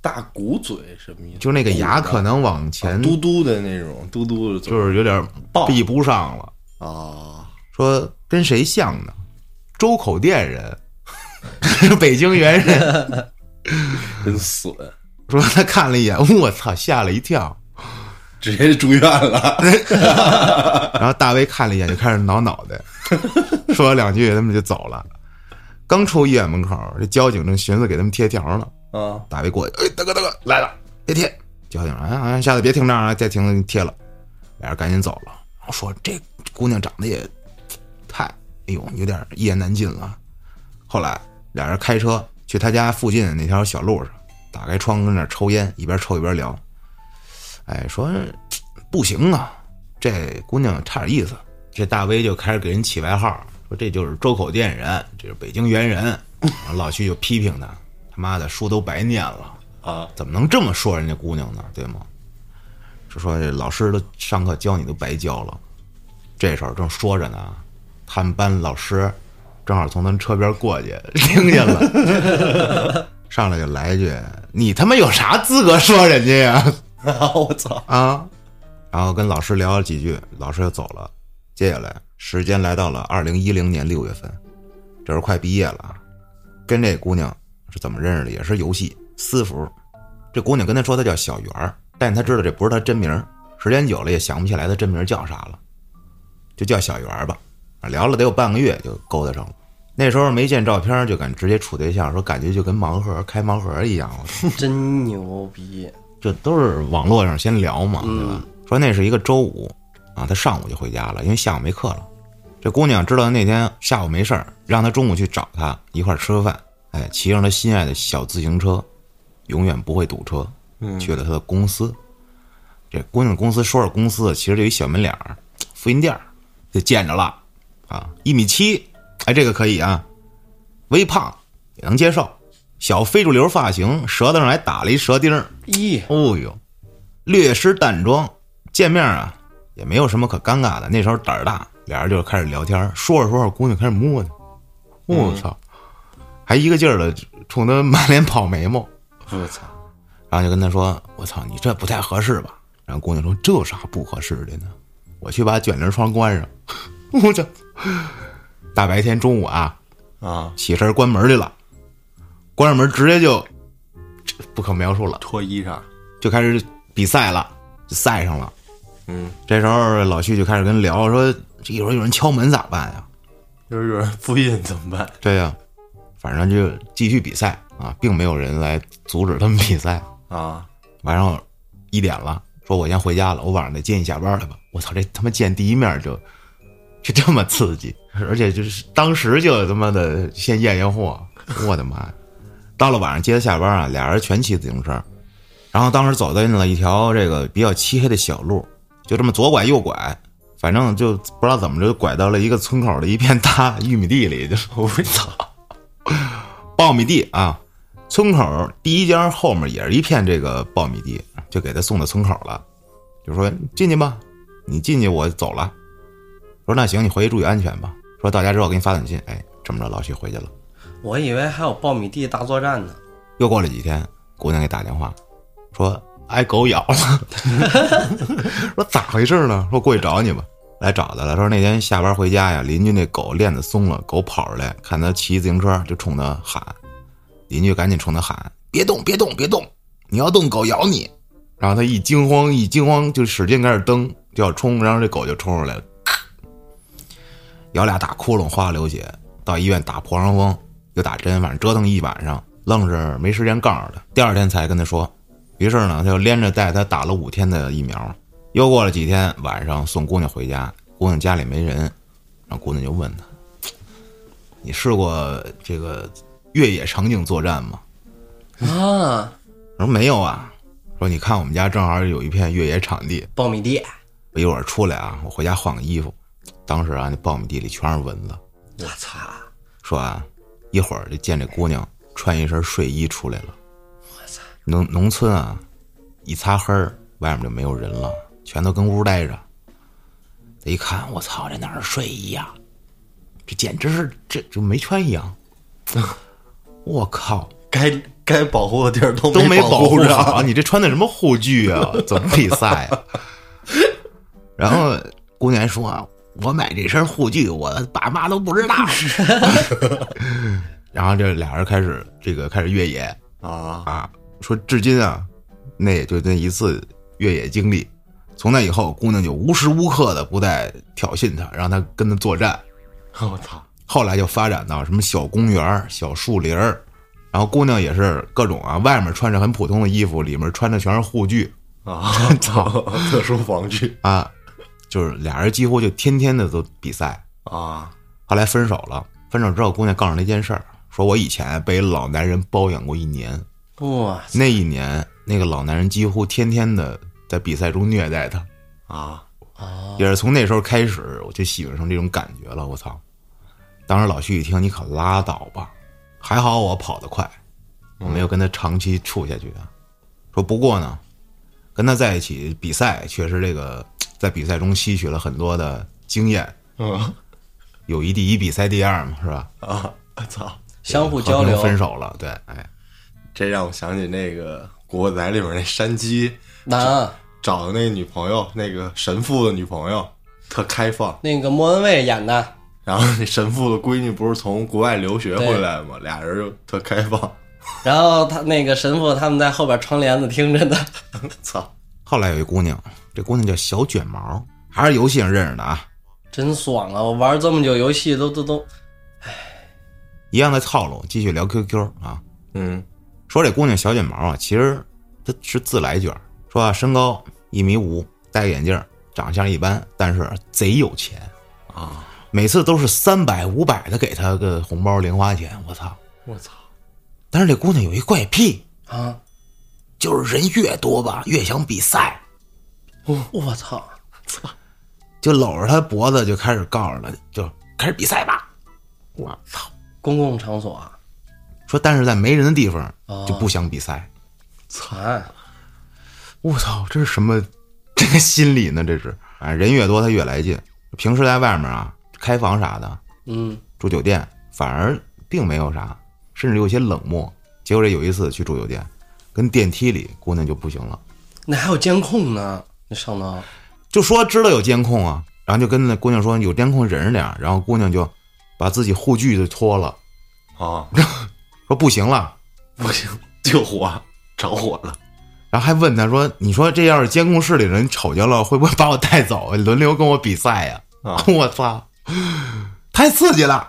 B: 大鼓嘴什么意思？
C: 就那个牙可能往前，
B: 哦嘟嘟的那种，嘟嘟的嘴
C: 就是有点
B: 爆
C: 闭不上了。
B: 啊，
C: 说跟谁像呢？周口店人， 北京猿人。
B: 真损，
C: 说他看了一眼，我操，吓了一跳。
B: 直接住院了。
C: 然后大卫看了一眼，就开始挠脑袋，说了两句，他们就走了。刚出医院门口，这交警正寻思给他们贴条呢。
B: 啊，
C: 大卫过去，哎，大哥大哥来了，别贴。交警，哎哎，下次别停这儿了，再停了你贴了。俩人赶紧走了。然后说这姑娘长得也太，哎呦，有点一言难尽了。后来俩人开车去他家附近的那条小路上，打开窗跟那儿抽烟，一边抽一边聊。哎，说不行啊，这姑娘差点意思。这大威就开始给人起外号，说这就是周口店人，这是北京猿人。然后老徐就批评他，他妈的书都白念了
B: 啊，
C: 怎么能这么说人家姑娘呢？对吗？就说这老师都上课教你都白教了。这时候正说着呢，他们班老师正好从咱车边过去，听见了， 上来就来一句：“你他妈有啥资格说人家呀？”
B: 我操！
C: 啊，然后跟老师聊了几句，老师就走了。接下来时间来到了二零一零年六月份，这时候快毕业了啊。跟这姑娘是怎么认识的？也是游戏私服。这姑娘跟他说她叫小圆儿，但他知道这不是她真名儿，时间久了也想不起来她真名叫啥了，就叫小圆儿吧。啊聊了得有半个月就勾搭上了。那时候没见照片就敢直接处对象，说感觉就跟盲盒开盲盒一样，我操！
A: 真牛逼！
C: 这都是网络上先聊嘛，对吧？说那是一个周五啊，他上午就回家了，因为下午没课了。这姑娘知道那天下午没事儿，让他中午去找她一块儿吃个饭。哎，骑上他心爱的小自行车，永远不会堵车，去了他的公司。这姑娘公司说是公司，其实就一小门脸儿，复印店儿，就见着了啊，一米七，哎，这个可以啊，微胖也能接受，小非主流发型，舌头上还打了一舌钉儿。
A: 咦，
C: 哦呦，略施淡妆，见面啊也没有什么可尴尬的。那时候胆儿大，俩人就开始聊天儿，说着说着，姑娘开始摸他，我、操，还一个劲儿的冲他满脸跑眉毛，
B: 我操！
C: 然后就跟他说：“我操，你这不太合适吧？”然后姑娘说：“这有啥不合适的呢？我去把卷帘窗关上。”我操，大白天中午啊，
B: 啊，
C: 起身关门去了，关上门直接就这不可描述了。
B: 脱衣裳，
C: 就开始比赛了，就赛上了。
B: 嗯，
C: 这时候老徐就开始跟聊说，这一会儿有人敲门咋办呀？
B: 就是有人复印怎么办？
C: 对呀、反正就继续比赛啊，并没有人来阻止他们比赛。
B: 啊，
C: 晚上一点了，说我先回家了，我晚上得接你下班来吧。我操，这他妈见第一面就就这么刺激，而且就是当时就他妈的先验验货，我的妈呀！到了晚上接他下班啊，俩人全骑自行车，然后当时走进了一条这个比较漆黑的小路，就这么左拐右拐，反正就不知道怎么着就拐到了一个村口的一片大玉米地里，就我操，苞米地啊！村口第一家后面也是一片这个苞米地，就给他送到村口了，就说进去吧，你进去我走了。说那行，你回去注意安全吧。说到家之后给你发短信，哎，这么着老徐回去了。
A: 我以为还有苞米地大作战呢。
C: 又过了几天，姑娘给打电话，说挨狗咬了， 说咋回事呢？说过去找你吧，来找他了。说那天下班回家呀，邻居那狗链子松了，狗跑出来，看他骑自行车就冲他喊，邻居赶紧冲他喊：“别动，别动，别动！你要动，狗咬你！”然后他一惊慌，一惊慌就使劲开始蹬，就要冲，然后这狗就冲出来了，咬俩大窟窿，哗流血，到医院打破伤风，又打针，反正折腾一晚上，愣是没时间告诉他，第二天才跟他说。于是呢，他就连着带他打了五天的疫苗。又过了几天，晚上送姑娘回家，姑娘家里没人，然后姑娘就问他：“你试过这个越野场景作战吗
A: 啊，？”
C: 他说：“没有啊。”说：“你看我们家正好有一片越野场地，
A: 苞米地，
C: 我一会儿出来啊，我回家换个衣服。”当时啊，那苞米地里全是蚊子。
A: 我操！
C: 说啊，一会儿就见这姑娘穿一身睡衣出来了。农农村啊，一擦黑儿，外面就没有人了，全都跟屋待着。这一看，我操，这哪儿是睡衣呀、这简直是这就没穿一样。我靠，
B: 该该保护的地儿都
C: 都没保护好，
B: 着。
C: 你这穿的什么护具 啊？怎么比赛啊？然后姑娘说：“啊我买这身护具，我爸妈都不知道。” 然后这俩人开始这个开始越野
B: 啊，
C: 啊，说至今啊，那也就那一次越野经历。从那以后，姑娘就无时无刻的不再挑衅他，让他跟他作战。
B: 我操，
C: 后来就发展到什么小公园儿、小树林儿，然后姑娘也是各种啊，外面穿着很普通的衣服，里面穿的全是护具
B: 啊， 操，特殊防具
C: 啊，就是俩人几乎就天天的都比赛。
B: 啊，
C: 后来分手了，分手之后，姑娘告诉他一件事儿，说我以前被老男人包养过一年，
A: 哇，
C: 那一年那个老男人几乎天天的在比赛中虐待她，
B: 啊，
C: 也是从那时候开始，我就喜欢上这种感觉了。我操！当时老徐一听，你可拉倒吧，还好我跑得快，我没有跟他长期处下去啊。说不过呢，跟他在一起比赛，确实这个在比赛中吸取了很多的经验，
B: 嗯
C: 友谊第一，比赛第二嘛，是吧？
B: 啊，操，
A: 相互交
C: 和
A: 流
C: 平，分手了，对，哎，
B: 这让我想起那个《古惑仔》里边那山鸡
A: 难啊！
B: 找的那个女朋友，那个神父的女朋友，特开放。
A: 那个莫文蔚演的，
B: 然后那神父的闺女不是从国外留学回来吗？俩人就特开放。
A: 然后他那个神父他们在后边窗帘子听着呢。
B: 操，
C: 后来有一姑娘，这姑娘叫小卷毛，还是游戏上认识的啊，
A: 真爽啊！我玩这么久游戏都都都
C: 一样的套路，继续聊 QQ 啊。
B: 嗯
C: 说这姑娘小卷毛啊，其实她是自来卷儿，说啊，身高一米五，戴个眼镜儿，长相一般，但是贼有钱
B: 啊，
C: 每次都是三百五百的给她个红包零花钱，我操！
B: 我操，
C: 但是这姑娘有一怪癖，
A: 啊！
C: 就是人越多吧，越想比赛，
A: 我我操！
C: 就搂着她脖子就开始告诉她，就开始比赛吧。我操！
A: 公共场所啊，
C: 说但是在没人的地方
A: 哦
C: 就不想比赛，
A: 惨！
C: 我操，这是什么 这个心理呢？这是啊，人越多他越来劲。平时在外面啊，开房啥的，
A: 嗯，
C: 住酒店反而并没有啥，甚至有些冷漠。结果这有一次去住酒店，跟电梯里姑娘就不行了，
A: 那还有监控呢，那上头
C: 就说知道有监控啊，然后就跟那姑娘说有监控忍着点儿，然后姑娘就把自己护具就脱了，
B: 啊，
C: 说不行了，
B: 不行，救火，着火了。
C: 然后还问她说：“你说这要是监控室里人瞅见了，会不会把我带走，轮流跟我比赛呀、
B: 啊
C: 我操，太刺激了！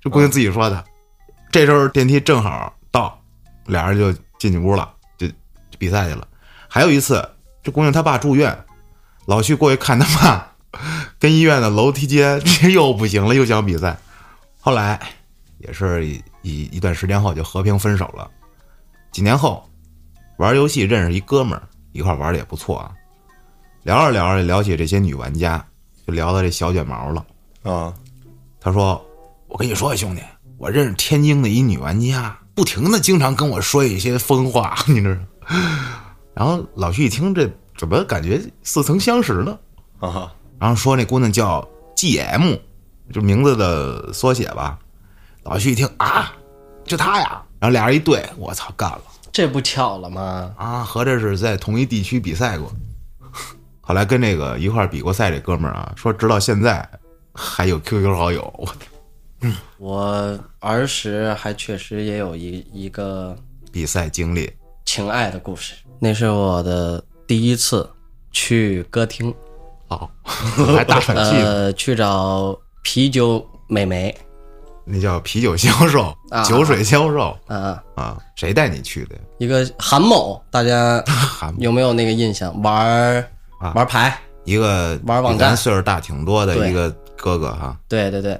C: 这姑娘自己说的。这时候电梯正好到，俩人就进去屋了，就就比赛去了。还有一次，这姑娘她爸住院，老去过去看她爸，跟医院的楼梯间 这又不行了，又想比赛。后来也是一一一段时间后就和平分手了。几年后，玩游戏认识一哥们儿，一块儿玩的也不错啊。聊着聊着聊起这些女玩家，就聊到这小卷毛了。
B: 啊
C: 他说：“我跟你说，兄弟，我认识天津的一女玩家，不停的经常跟我说一些疯话， 你知道。”然后老徐一听这怎么感觉似曾相识呢？
B: 啊
C: 然后说那姑娘叫 GM，就名字的缩写吧。老徐一听啊，就她呀。然后俩人一对，我操，干了。
A: 这不巧了吗？
C: 啊，合着是在同一地区比赛过。后来跟这个一块儿比过赛这哥们儿啊，说直到现在还有 QQ 好友，我操
A: 我儿时还确实也有一一个
C: 比赛经历
A: 情爱的故事，那是我的第一次去歌厅，
C: 哦， 还大喘气呢，
A: 呃，去找啤酒美眉
C: 那叫啤酒销售、
A: 啊
C: 酒水销售
A: 啊，
C: 啊，谁带你去的呀？
A: 一个韩某，大家
C: 韩嗯
A: 有没有那个印象？玩儿
C: 啊
A: 玩牌，
C: 一个
A: 玩网
C: 比咱
A: 站
C: 岁数大挺多的
A: 对
C: 一个哥哥哈，
A: 对对对，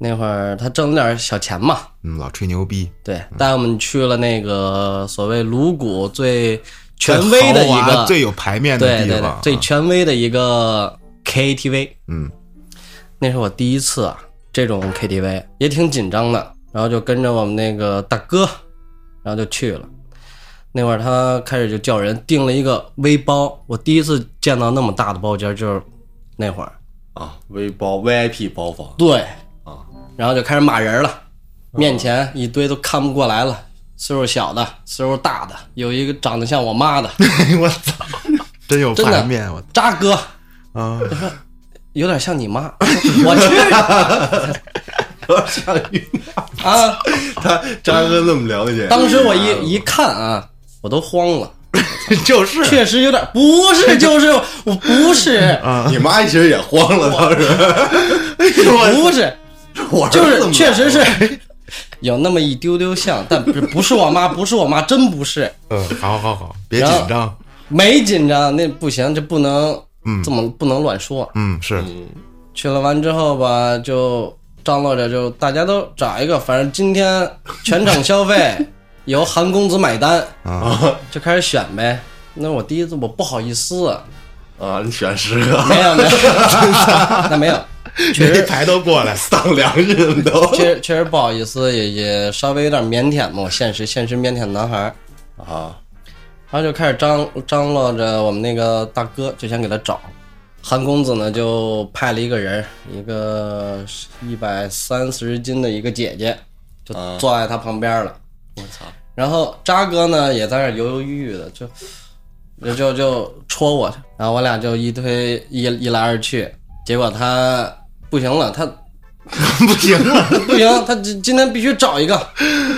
A: 那会儿他挣了点小钱嘛，
C: 嗯，老吹牛逼，
A: 对，带我们去了那个所谓鲁谷最权威的
C: 最
A: 一
C: 豪华
A: 个，
C: 最有牌面的
A: 对
C: 地
A: 对对
C: 方，，
A: 最
C: 啊
A: 权威的一个 KTV。
C: 嗯
A: 那是我第一次啊，这种 KTV 也挺紧张的。然后就跟着我们那个大哥，然后就去了。那会儿他开始就叫人订了一个微包，我第一次见到那么大的包间，就是那会儿。
B: 啊，微包 VIP 包房，
A: 对，
B: 啊，
A: 然后就开始骂人
C: 啊
A: 了，面前一堆都看不过来了，岁数小的，岁数大的，有一个长得像我妈的，
C: 哎
D: 我操，真有
A: 真的
D: 反面，我
A: 渣哥
D: 啊，
A: 有点像你妈， 我
B: 有点像于
A: 去啊！
B: 他渣哥这么了解，
A: 当时我一一看啊，我都慌了，
D: 就是
A: 确实有点不是就是我不是
B: 啊你妈其实也慌了，当时
A: 不是
B: 我儿子
A: 就
B: 怎
A: 是
B: 么
A: 确实是有那么一丢丢像，但不是不是我妈，不是我妈，真不是。
D: 嗯，好好好，别紧
A: 然后
D: 张，
A: 没紧张，那不行，这不能，
B: 嗯
A: 这么不能乱说。
D: 嗯，是
A: 去了完之后吧，就张罗着，就大家都找一个，反正今天全场消费 由韩公子买单，
B: 啊
A: 就开始选呗。那我第一次我不好意思，
B: 啊，你选十个
A: 没有没 有，那没有，确
D: 每
A: 实
D: 一排都过来，
B: 丧良心都
A: 确实确实不好意思，也也稍微有点腼腆嘛，我现实现实腼腆男孩儿。
B: 啊，
A: 然后就开始张张罗着我们那个大哥，就想给他找。韩公子呢就派了一个人，一个一百三十斤的一个姐姐，就
B: 啊
A: 坐在他旁边了。
B: 我操，
A: 然后渣哥呢也在那儿犹犹豫豫的，就就就就戳我，然后我俩就一推一一来二去，结果他不行了，他
D: 不行了，
A: 不行，他今今天必须找一个，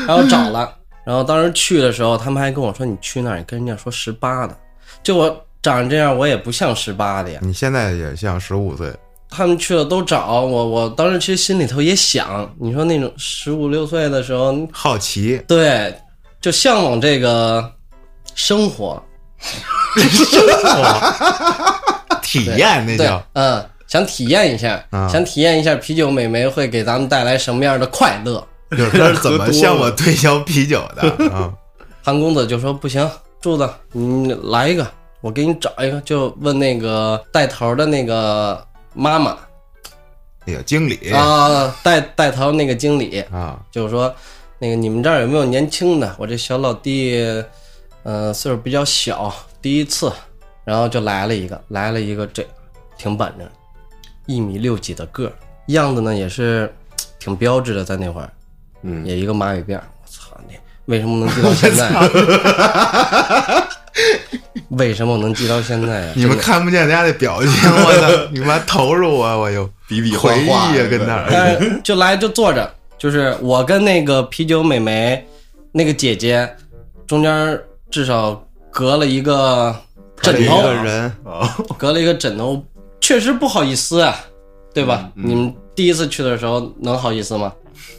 A: 然后找了，然后当时去的时候，他们还跟我说你去那儿，你跟人家说十八的，就我长这样，我也不像十八的呀。
D: 你现在也像十五岁，
A: 他们去了都找我，我当时其实心里头也想，你说那种十五六岁的时候，
D: 好 奇，
A: 对，就向往这个生活，
D: 体验那
A: 对
D: 叫，
A: 嗯，想体验一下，
D: 啊
A: 想体验一下啤酒美眉会给咱们带来什么样的快乐。
D: 就是他是怎么向我推销啤酒的啊？
A: 韩公子就说不行，柱子，你来一个，我给你找一个。就问那个带头的那个妈妈
D: 那个经理
A: 啊，带带头那个经理，
D: 啊，
A: 就是说，那个你们这儿有没有年轻的？我这小老弟，呃，岁数比较小，第一次，然后就来了一个，来了一个这挺板正，一米六几的个儿，样子呢也是挺标致的，在那会儿，
B: 嗯
A: 也一个马尾辫儿，我操你，为什么能 记到现在？啊为什么我能记到现在呀、啊
D: 你们看不见人家的表情， 我操，你妈投入啊，我又
B: 比比划
D: 回忆
B: 划
D: 啊
B: 的，
D: 跟那 儿
A: 但是呃就来就坐着，就是我跟那个啤酒美眉那个姐姐中间至少隔了一个枕
D: 一
A: 头，
D: 个人
B: 啊，
A: 隔了一个枕头，确实不好意思啊，对吧？
D: 嗯
A: 你们第一次去的时候能好意思吗？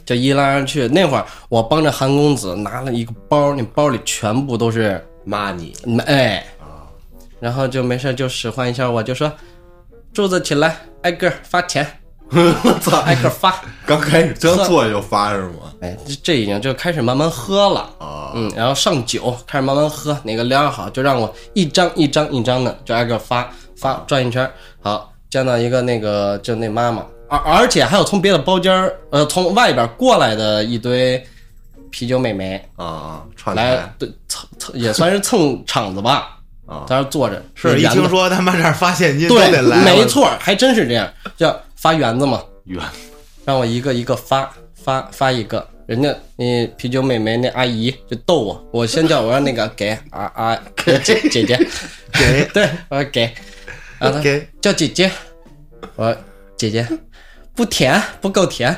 A: 就一来二去，那会儿我帮着韩公子拿了一个包，那包里全部都是
B: 骂你
A: 嗯哎，然后就没事就使唤一下我，就说柱子起来，挨个儿发钱， 我操，挨个儿发。
B: 刚开始刚坐下就发是吗？
A: 哎，这这已经就开始慢慢喝了，
B: 啊，
A: 嗯，然后上酒，开始慢慢喝，哪个料好就让我一张一张一张的就挨个发发转一圈儿，好，见到一个那个就那妈妈，而而且还有从别的包间儿，呃，从外边过来的一堆啤酒美眉
B: 啊啊，串
A: 来
B: 台，
A: 对蹭蹭也算是蹭场子吧，
B: 啊
A: 在那儿坐着，
D: 是一
A: 圆
D: 听
A: 子，
D: 说他妈这儿发现金都
A: 对
D: 得，来，
A: 没错儿，还真是这样，叫发圆子嘛，
B: 远
A: 让我一个一个发发发一个，人家那啤酒美眉那阿姨就逗我，我先叫我让那个给啊啊给姐姐 姐，
D: 给
A: 对，我说给，然后她
D: 给
A: 叫姐姐，我说姐姐不甜不够甜，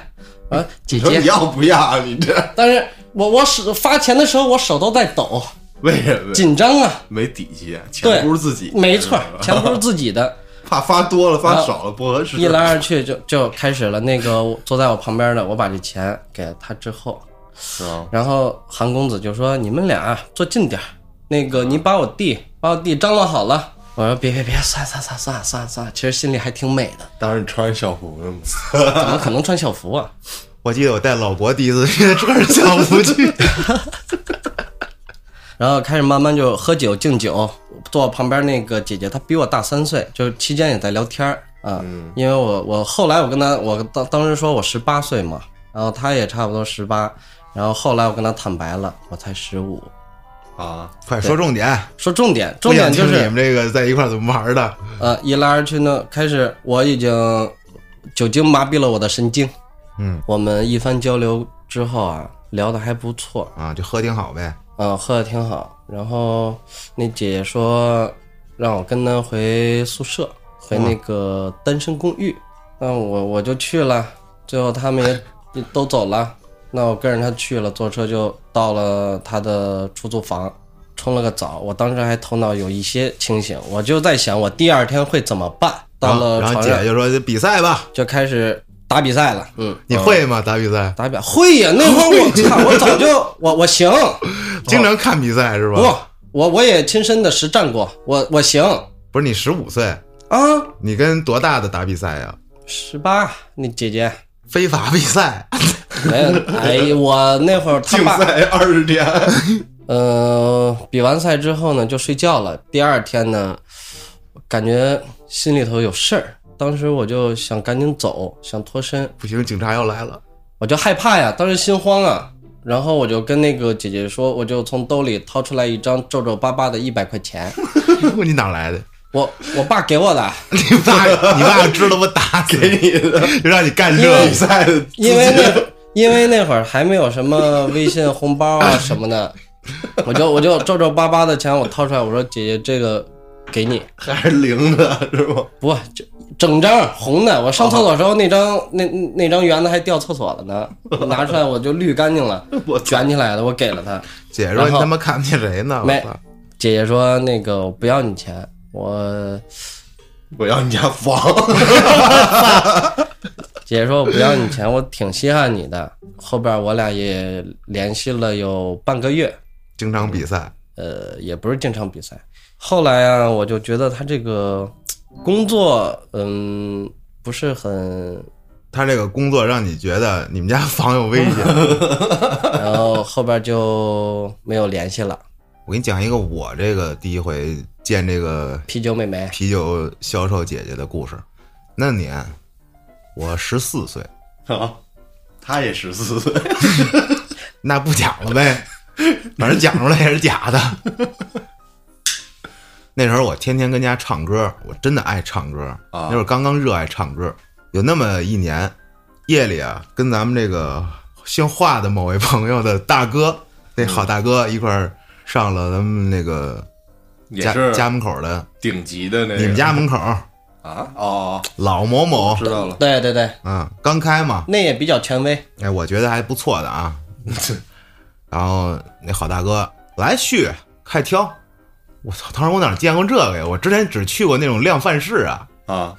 A: 我说姐
B: 你说你
A: 姐，
B: 要不要？你这
A: 但是我我手发钱的时候我手都在抖，
B: 为什么呀
A: 紧张啊，
B: 没底气？
A: 对
B: 钱不是自己的，
A: 没错
B: 是吧，
A: 钱不是自己 的。
B: 怕发多了发少了不合适。
A: 一来二去就就开始了。那个我坐在我旁边的，我把这钱给了他之后，
B: 是吗？
A: 然后韩公子就说：“你们俩坐近点儿，那个你把我弟把我弟张罗好了。”我说：“别别别，算算算算算算，其实心里还挺美的，
B: 当时你穿校服了吗？
A: 怎么可能穿校服啊？
D: 我记得我带老国第一次去穿着校服 去，
A: 然后开始慢慢就喝酒敬酒，坐我旁边那个姐姐她比我大三岁，就是期
D: 嗯
A: 间也在聊天儿啊、因为我我后来我跟她我当当时说我十八岁嘛，然后他也差不多十八，然后后来我跟他坦白了，我才十五。
B: 啊，
D: 快说重点，
A: 说重点，重
D: 不想
A: 点
D: 听
A: 就
D: 你
A: 是
D: 们这个在一块儿怎么玩的。
A: 呃，一来二去呢，开始我已经酒精麻痹了我的神经。
C: 嗯，
A: 我们一番交流之后啊，聊的还不错，
C: 啊，就喝挺好呗。
A: 嗯，喝的挺好。然后那姐姐说让我跟她回宿舍，回那个单身公寓。那我我就去了，最后他们也也都走了，那我跟着她去了，坐车就到了她的出租房，冲了个澡。我当时还头脑有一些清醒，我就在想我第二天会怎么办。到了
D: 然后
A: 床
D: 姐
A: 上
D: 姐就说：“比赛吧，
A: 就开始打比赛了，嗯，哦
D: 你会吗？打比赛，
A: 打比会呀，那 会儿我操，我早就我我行，
D: 经常看比赛是吧？
A: 不，我我也亲身的实战过，我我行
D: 不是你十五岁，
A: 啊，
D: 你跟多大的打比赛呀？
A: 十八，那姐姐，
D: 非法比赛，
A: 哎呀，哎呀，我那会儿他
B: 竞
A: 爸，
B: 赛二十天，
A: 呃，比完赛之后呢就睡觉了，第二天呢，感觉心里头有事儿，当时我就想赶紧走，想脱身，
D: 不行，警察要来了。
A: 我就害怕呀，当时心慌啊。然后我就跟那个姐姐说，我就从兜里掏出来一张皱皱巴巴的一百块钱，
D: 你哪来的？
A: 我我爸给我的，
D: 你爸，你爸知道我打死你， 就让你干这
B: 比赛的
A: 因为那因为那会儿还没有什么 微信红包啊什么的，我就我就皱皱巴巴的钱我掏出来，我说姐姐这个给你，
B: 还是零的是吗？
A: 不这整张红的，我上厕所时候那张那那张圆的还掉厕所了呢，我拿出来我就滤干净了，卷起来了，我给了他。
D: 姐姐说：“
A: 然
D: 你
A: 后
D: 他妈看不起谁呢？”我
A: 嗯没
D: 操！
A: 姐姐说那个我不要你钱，我
B: 我要你家房，
A: 姐姐说我不要你钱，我挺稀罕你的。后边我俩也联系了有半个月，
D: 经常比赛，
A: 呃，也不是经常比赛。后来啊，我就觉得他这个工作，嗯，不是很。
D: 他这个工作让你觉得你们家房有危险。
A: 然后后边就没有联系了。
C: 我给你讲一个我这个第一回见这个
A: 啤酒妹妹，
C: 啤酒销售姐姐的故事。那年我十四岁，
B: 啊，他也十四岁，
D: 那不讲了呗，反正讲出来也是假的。
C: 那时候我天天跟家唱歌，我真的爱唱歌。
B: 啊
C: 那会儿刚刚热爱唱歌，有那么一年，夜里啊，跟咱们这个姓华的某位朋友的大哥，那
B: 嗯
C: 好大哥一块儿上了咱们那个
B: 也
C: 家
B: 是哎
C: 家门口的
B: 顶级的那个。
C: 你们家门口
B: 啊？哦，
C: 老某某
B: 知道了，
A: 对对对，
C: 啊，刚开嘛，
A: 那也比较权威。
C: 哎，我觉得还不错的啊。 然后那好大哥来续快挑，我操！当时我哪见过这个呀？我之前只去过那种量贩式啊，
B: 啊，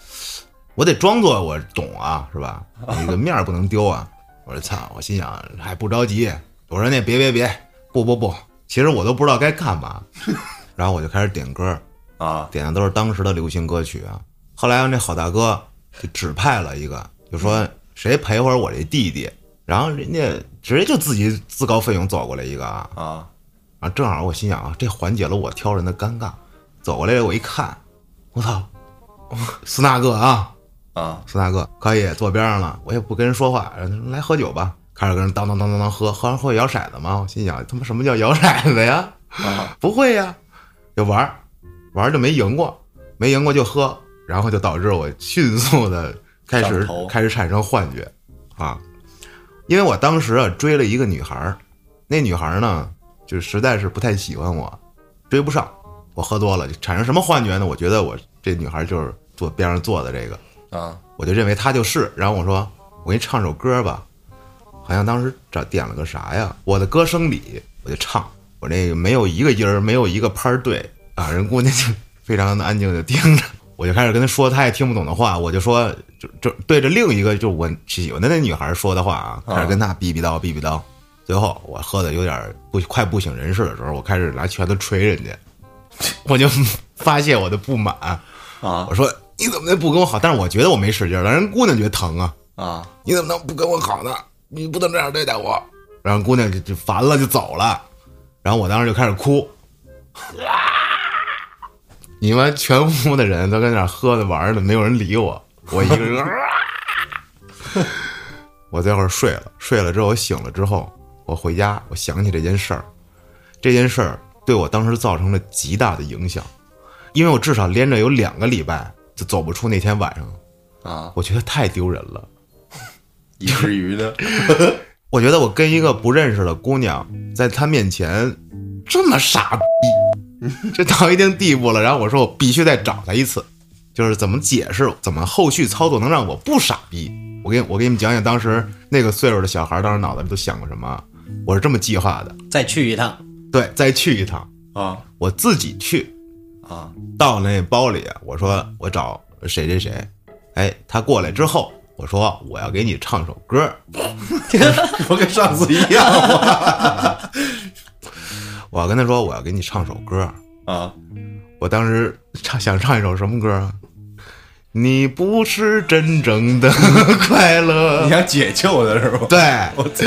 C: 我得装作我懂啊，是吧？那个面儿不能丢啊！我说操！我心想还不着急，我说那别别别，不不不，其实我都不知道该干嘛。 然后我就开始点歌，
B: 啊
C: 点的都是当时的流行歌曲啊。后来那好大哥就指派了一个，就说谁陪会儿我这弟弟，然后人家直接就自己自告奋勇走过来一个啊，
B: 啊
C: 啊，正好我心想啊，这缓解了我挑人的尴尬。走过来我一看，我操，斯纳哥啊，
B: 啊
C: 斯大哥可以坐边上了，我也不跟人说话，然后他说来喝酒吧，开始跟人当当当当当喝，喝完会摇骰子吗？我心想他妈什么叫摇骰子呀？
B: 啊
C: 不会呀，就玩儿，玩儿就没赢过，没赢过就喝，然后就导致我迅速的开
B: 上
C: 始
B: 头
C: 开始产生幻觉啊，因为我当时啊追了一个女孩儿，那女孩儿呢就实在是不太喜欢我，追不上，我喝多了就产生什么幻觉呢？我觉得我这女孩儿就是坐边上坐的这个。
B: 啊！
C: 我就认为他就是。然后我说，我给你唱首歌吧，好像当时找点了个啥呀？我的歌声里，我就唱，我那个没有一个音儿，没有一个拍儿对啊，人姑娘就非常的安静的听着。我就开始跟她说她也听不懂的话，我就说就就对着另一个就我喜欢的那女孩说的话啊，开始跟她逼逼叨逼逼叨。最后我喝的有点不快不省人事的时候，我开始拿拳头捶人家，我就发泄我的不满。
B: 啊
C: 我说你怎么能不跟我好？但是我觉得我没使劲儿，让人姑娘觉得疼啊！
B: 啊
C: 你怎么能不跟我好呢？你不能这样对待我。然后姑娘就就烦了，就走了。然后我当时就开始哭，你们全屋的人都跟那儿喝着玩儿呢，没有人理我，我一个人。 我这会儿睡了，睡了之后我醒了之后，我回家我想起这件事儿，这件事儿对我当时造成了极大的影响，因为我至少连着有两个礼拜就走不出那天晚上，
B: 啊，
C: 我觉得太丢人了。
B: 以至于的，
C: 我觉得我跟一个不认识的姑娘在她面前这么傻逼，这到一定地步了，然后我说我必须再找她一次，就是怎么解释，怎么后续操作能让我不傻逼。我给我给你们讲讲当时那个岁数的小孩当时脑子里都想过什么，我是这么计划的。
A: 再去一趟，
C: 对，再去一趟，
B: 啊
C: 我自己去，
B: 啊
C: 到那包里，我说我找谁谁谁，哎，他过来之后，我说我要给你唱首歌，
B: 我跟上次一样
C: 我要跟他说我要给你唱首歌，
B: 啊，
C: 我当时唱想唱一首什么歌啊？你不是真正的 快
B: 你
C: 乐，
B: 想解救的是吧？
C: 对，
B: 我操，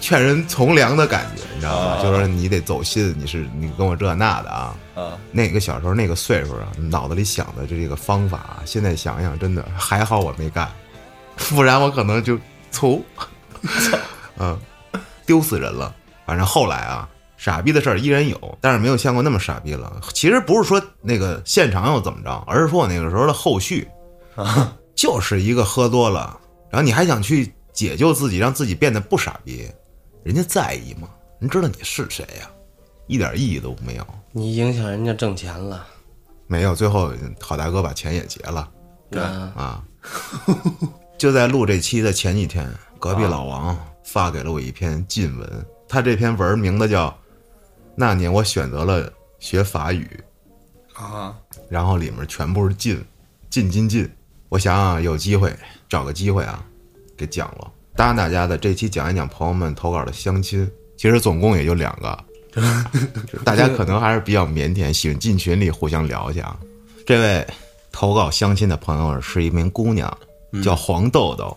C: 劝人从良的感觉，你知道吧？
B: 啊
C: 就是你得走心，你是你跟我这那的啊。
B: 啊，
C: 那个小时候那个岁数啊，脑子里想的这个方法啊，现在想想真的还好我没干，不然我可能就粗， 嗯，丢死人了。反正后来啊，傻逼的事儿依然有，但是没有像过那么傻逼了。其实不是说那个现场又怎么着，而是说我那个时候的后续，就是一个喝多了，然后你还想去解救自己，让自己变得不傻逼，人家在意吗？人知道你是谁呀、一点意义都没有。
A: 你影响人家挣钱了，
C: 没有，最后好大哥把钱也结了
A: 对，
C: 啊！就在录这期的前几天，隔壁老王发给了我一篇近文，他这篇文名字叫《那年我选择了学法语》，
B: 啊，
C: 然后里面全部是进，进进进。我想啊，有机会找个机会啊，给讲了。答应大家的这期讲一讲朋友们投稿的相亲，其实总共也就两个，大家可能还是比较腼腆，喜欢进群里互相聊一下。啊这位投稿相亲的朋友是一名姑娘，叫黄豆豆，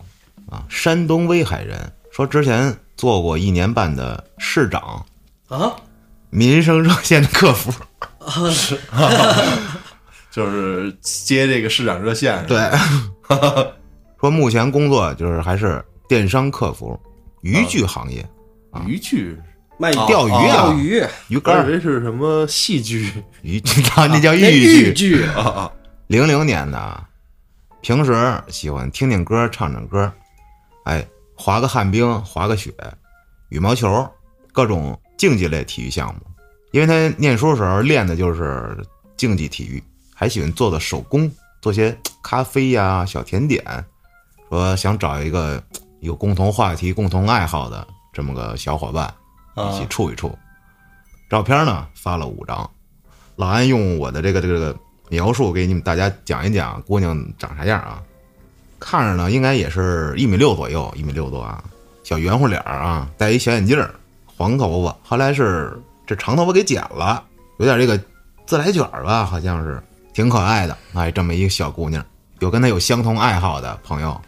C: 啊，山东威海人，说之前做过一年半的市长，
A: 啊，
C: 民生热线的客服，
B: 就是接这个市长热线，
C: 对，， 说目前工作就是还是电商客服，
B: 啊
C: 渔具行业，
B: 渔具，
A: 卖
B: 哦
C: 钓鱼啊，
A: 钓鱼，
C: 鱼
B: 我
C: 竿
B: 以
C: 儿、
B: 为啊是什么戏剧
C: 鱼， 他那叫
B: 哎
A: 连豫
C: 渔具。
A: 剧
B: 啊啊，
C: 零零年的啊，平时喜欢听听歌、唱唱歌，哎，滑个旱冰、滑个雪、羽毛球，各种竞技类体育项目。因为他念书时候练的就是竞技体育，还喜欢做做手工，做些嘖咖啡呀、小甜点。说想找一个嘖有共同话题、共同爱好的这么个小伙伴
B: 啊
C: 一起处一处。照片呢发了五张，老安用我的这个这个这个描述给你们大家讲一讲姑娘长啥样啊。看着呢，应该也是一米六左右，一米六多啊，小圆乎脸儿啊，戴一小眼镜儿，黄头发。后来是这长头发给剪了，有点这个自来卷儿吧，好像是挺可爱的。哎，这么一个小姑娘，有跟她有相同爱好的朋友，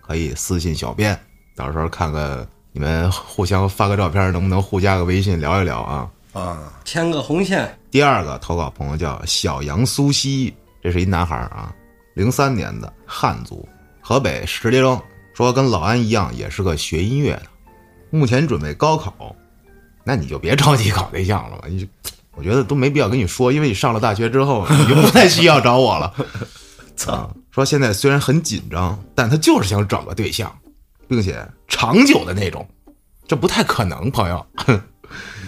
C: 可以私信小编，到时候看看你们互相发个照片，能不能互加个微信聊一聊啊？
B: 啊，
A: 牵个红线，
C: 第二个投稿朋友叫小杨苏西，这是一男孩儿啊，零三年的汉族，河北石碣庄，说跟老安一样也是个学音乐的，目前准备高考，那你就别着急搞对象了吧，你就我觉得都没必要跟你说，因为你上了大学之后你就不太需要找我了。操，说现在虽然很紧张，但他就是想找个对象，并且长久的那种，这不太可能，朋友。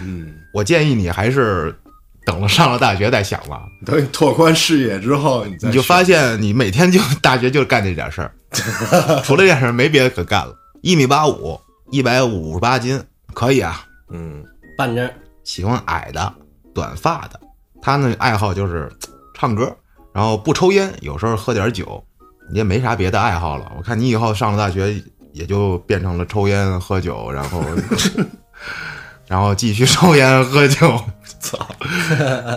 B: 嗯，
C: 我建议你还是等了上了大学再想吧。
B: 等你拓宽视野之后，你再
C: 你就发
B: 选
C: 现你每天就 大学就干这点 事儿，除了这点事儿没别的可干了。一米八五，一百五十八斤，可以啊。
B: 嗯
A: 半针儿
C: 喜欢矮的、短发的。他呢爱好就是嘖唱歌，然后不抽烟，有时候喝点酒，也没啥别的爱好了。我看你以后上了大学，也就变成了抽烟、喝酒，然 后然后继续抽烟、喝酒，
B: 操，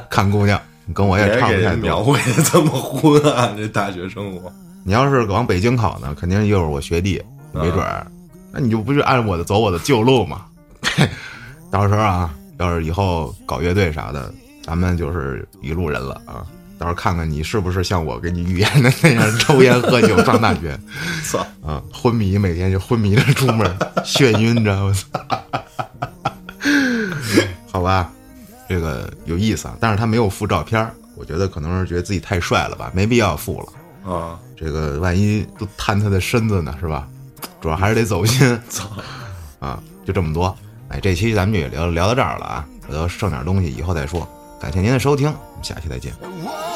C: 看姑娘。跟我也
B: 别
C: 差
B: 给
C: 不太
B: 人
C: 多
B: 描。绘的这么昏暗，这大学生活，
C: 你要是往北京考呢，肯定又是我学弟，没准儿，那你就不是按我的走我的旧路嘛？ 到时候啊，要是以后搞乐队啥的，咱们就是一路人了啊！到时候看看你是不是像我给你预言的那样，抽烟喝酒上大学。
B: 操，
C: 嗯，
D: 昏迷，每天就昏迷着出门，眩晕，你知道吗？ 好吧，
C: 这个有意思啊，但是他没有附照片儿，我觉得可能是觉得自己太帅了吧，没必要附了。
B: 啊，
C: 这个万一都探他的身子呢，是吧？主要还是得走心。走啊，就这么多。哎，这期咱们就也聊聊到这儿了啊，我要剩点东西以后再说。感谢您的收听，我们下期再见。
E: Whoa.
C: 哦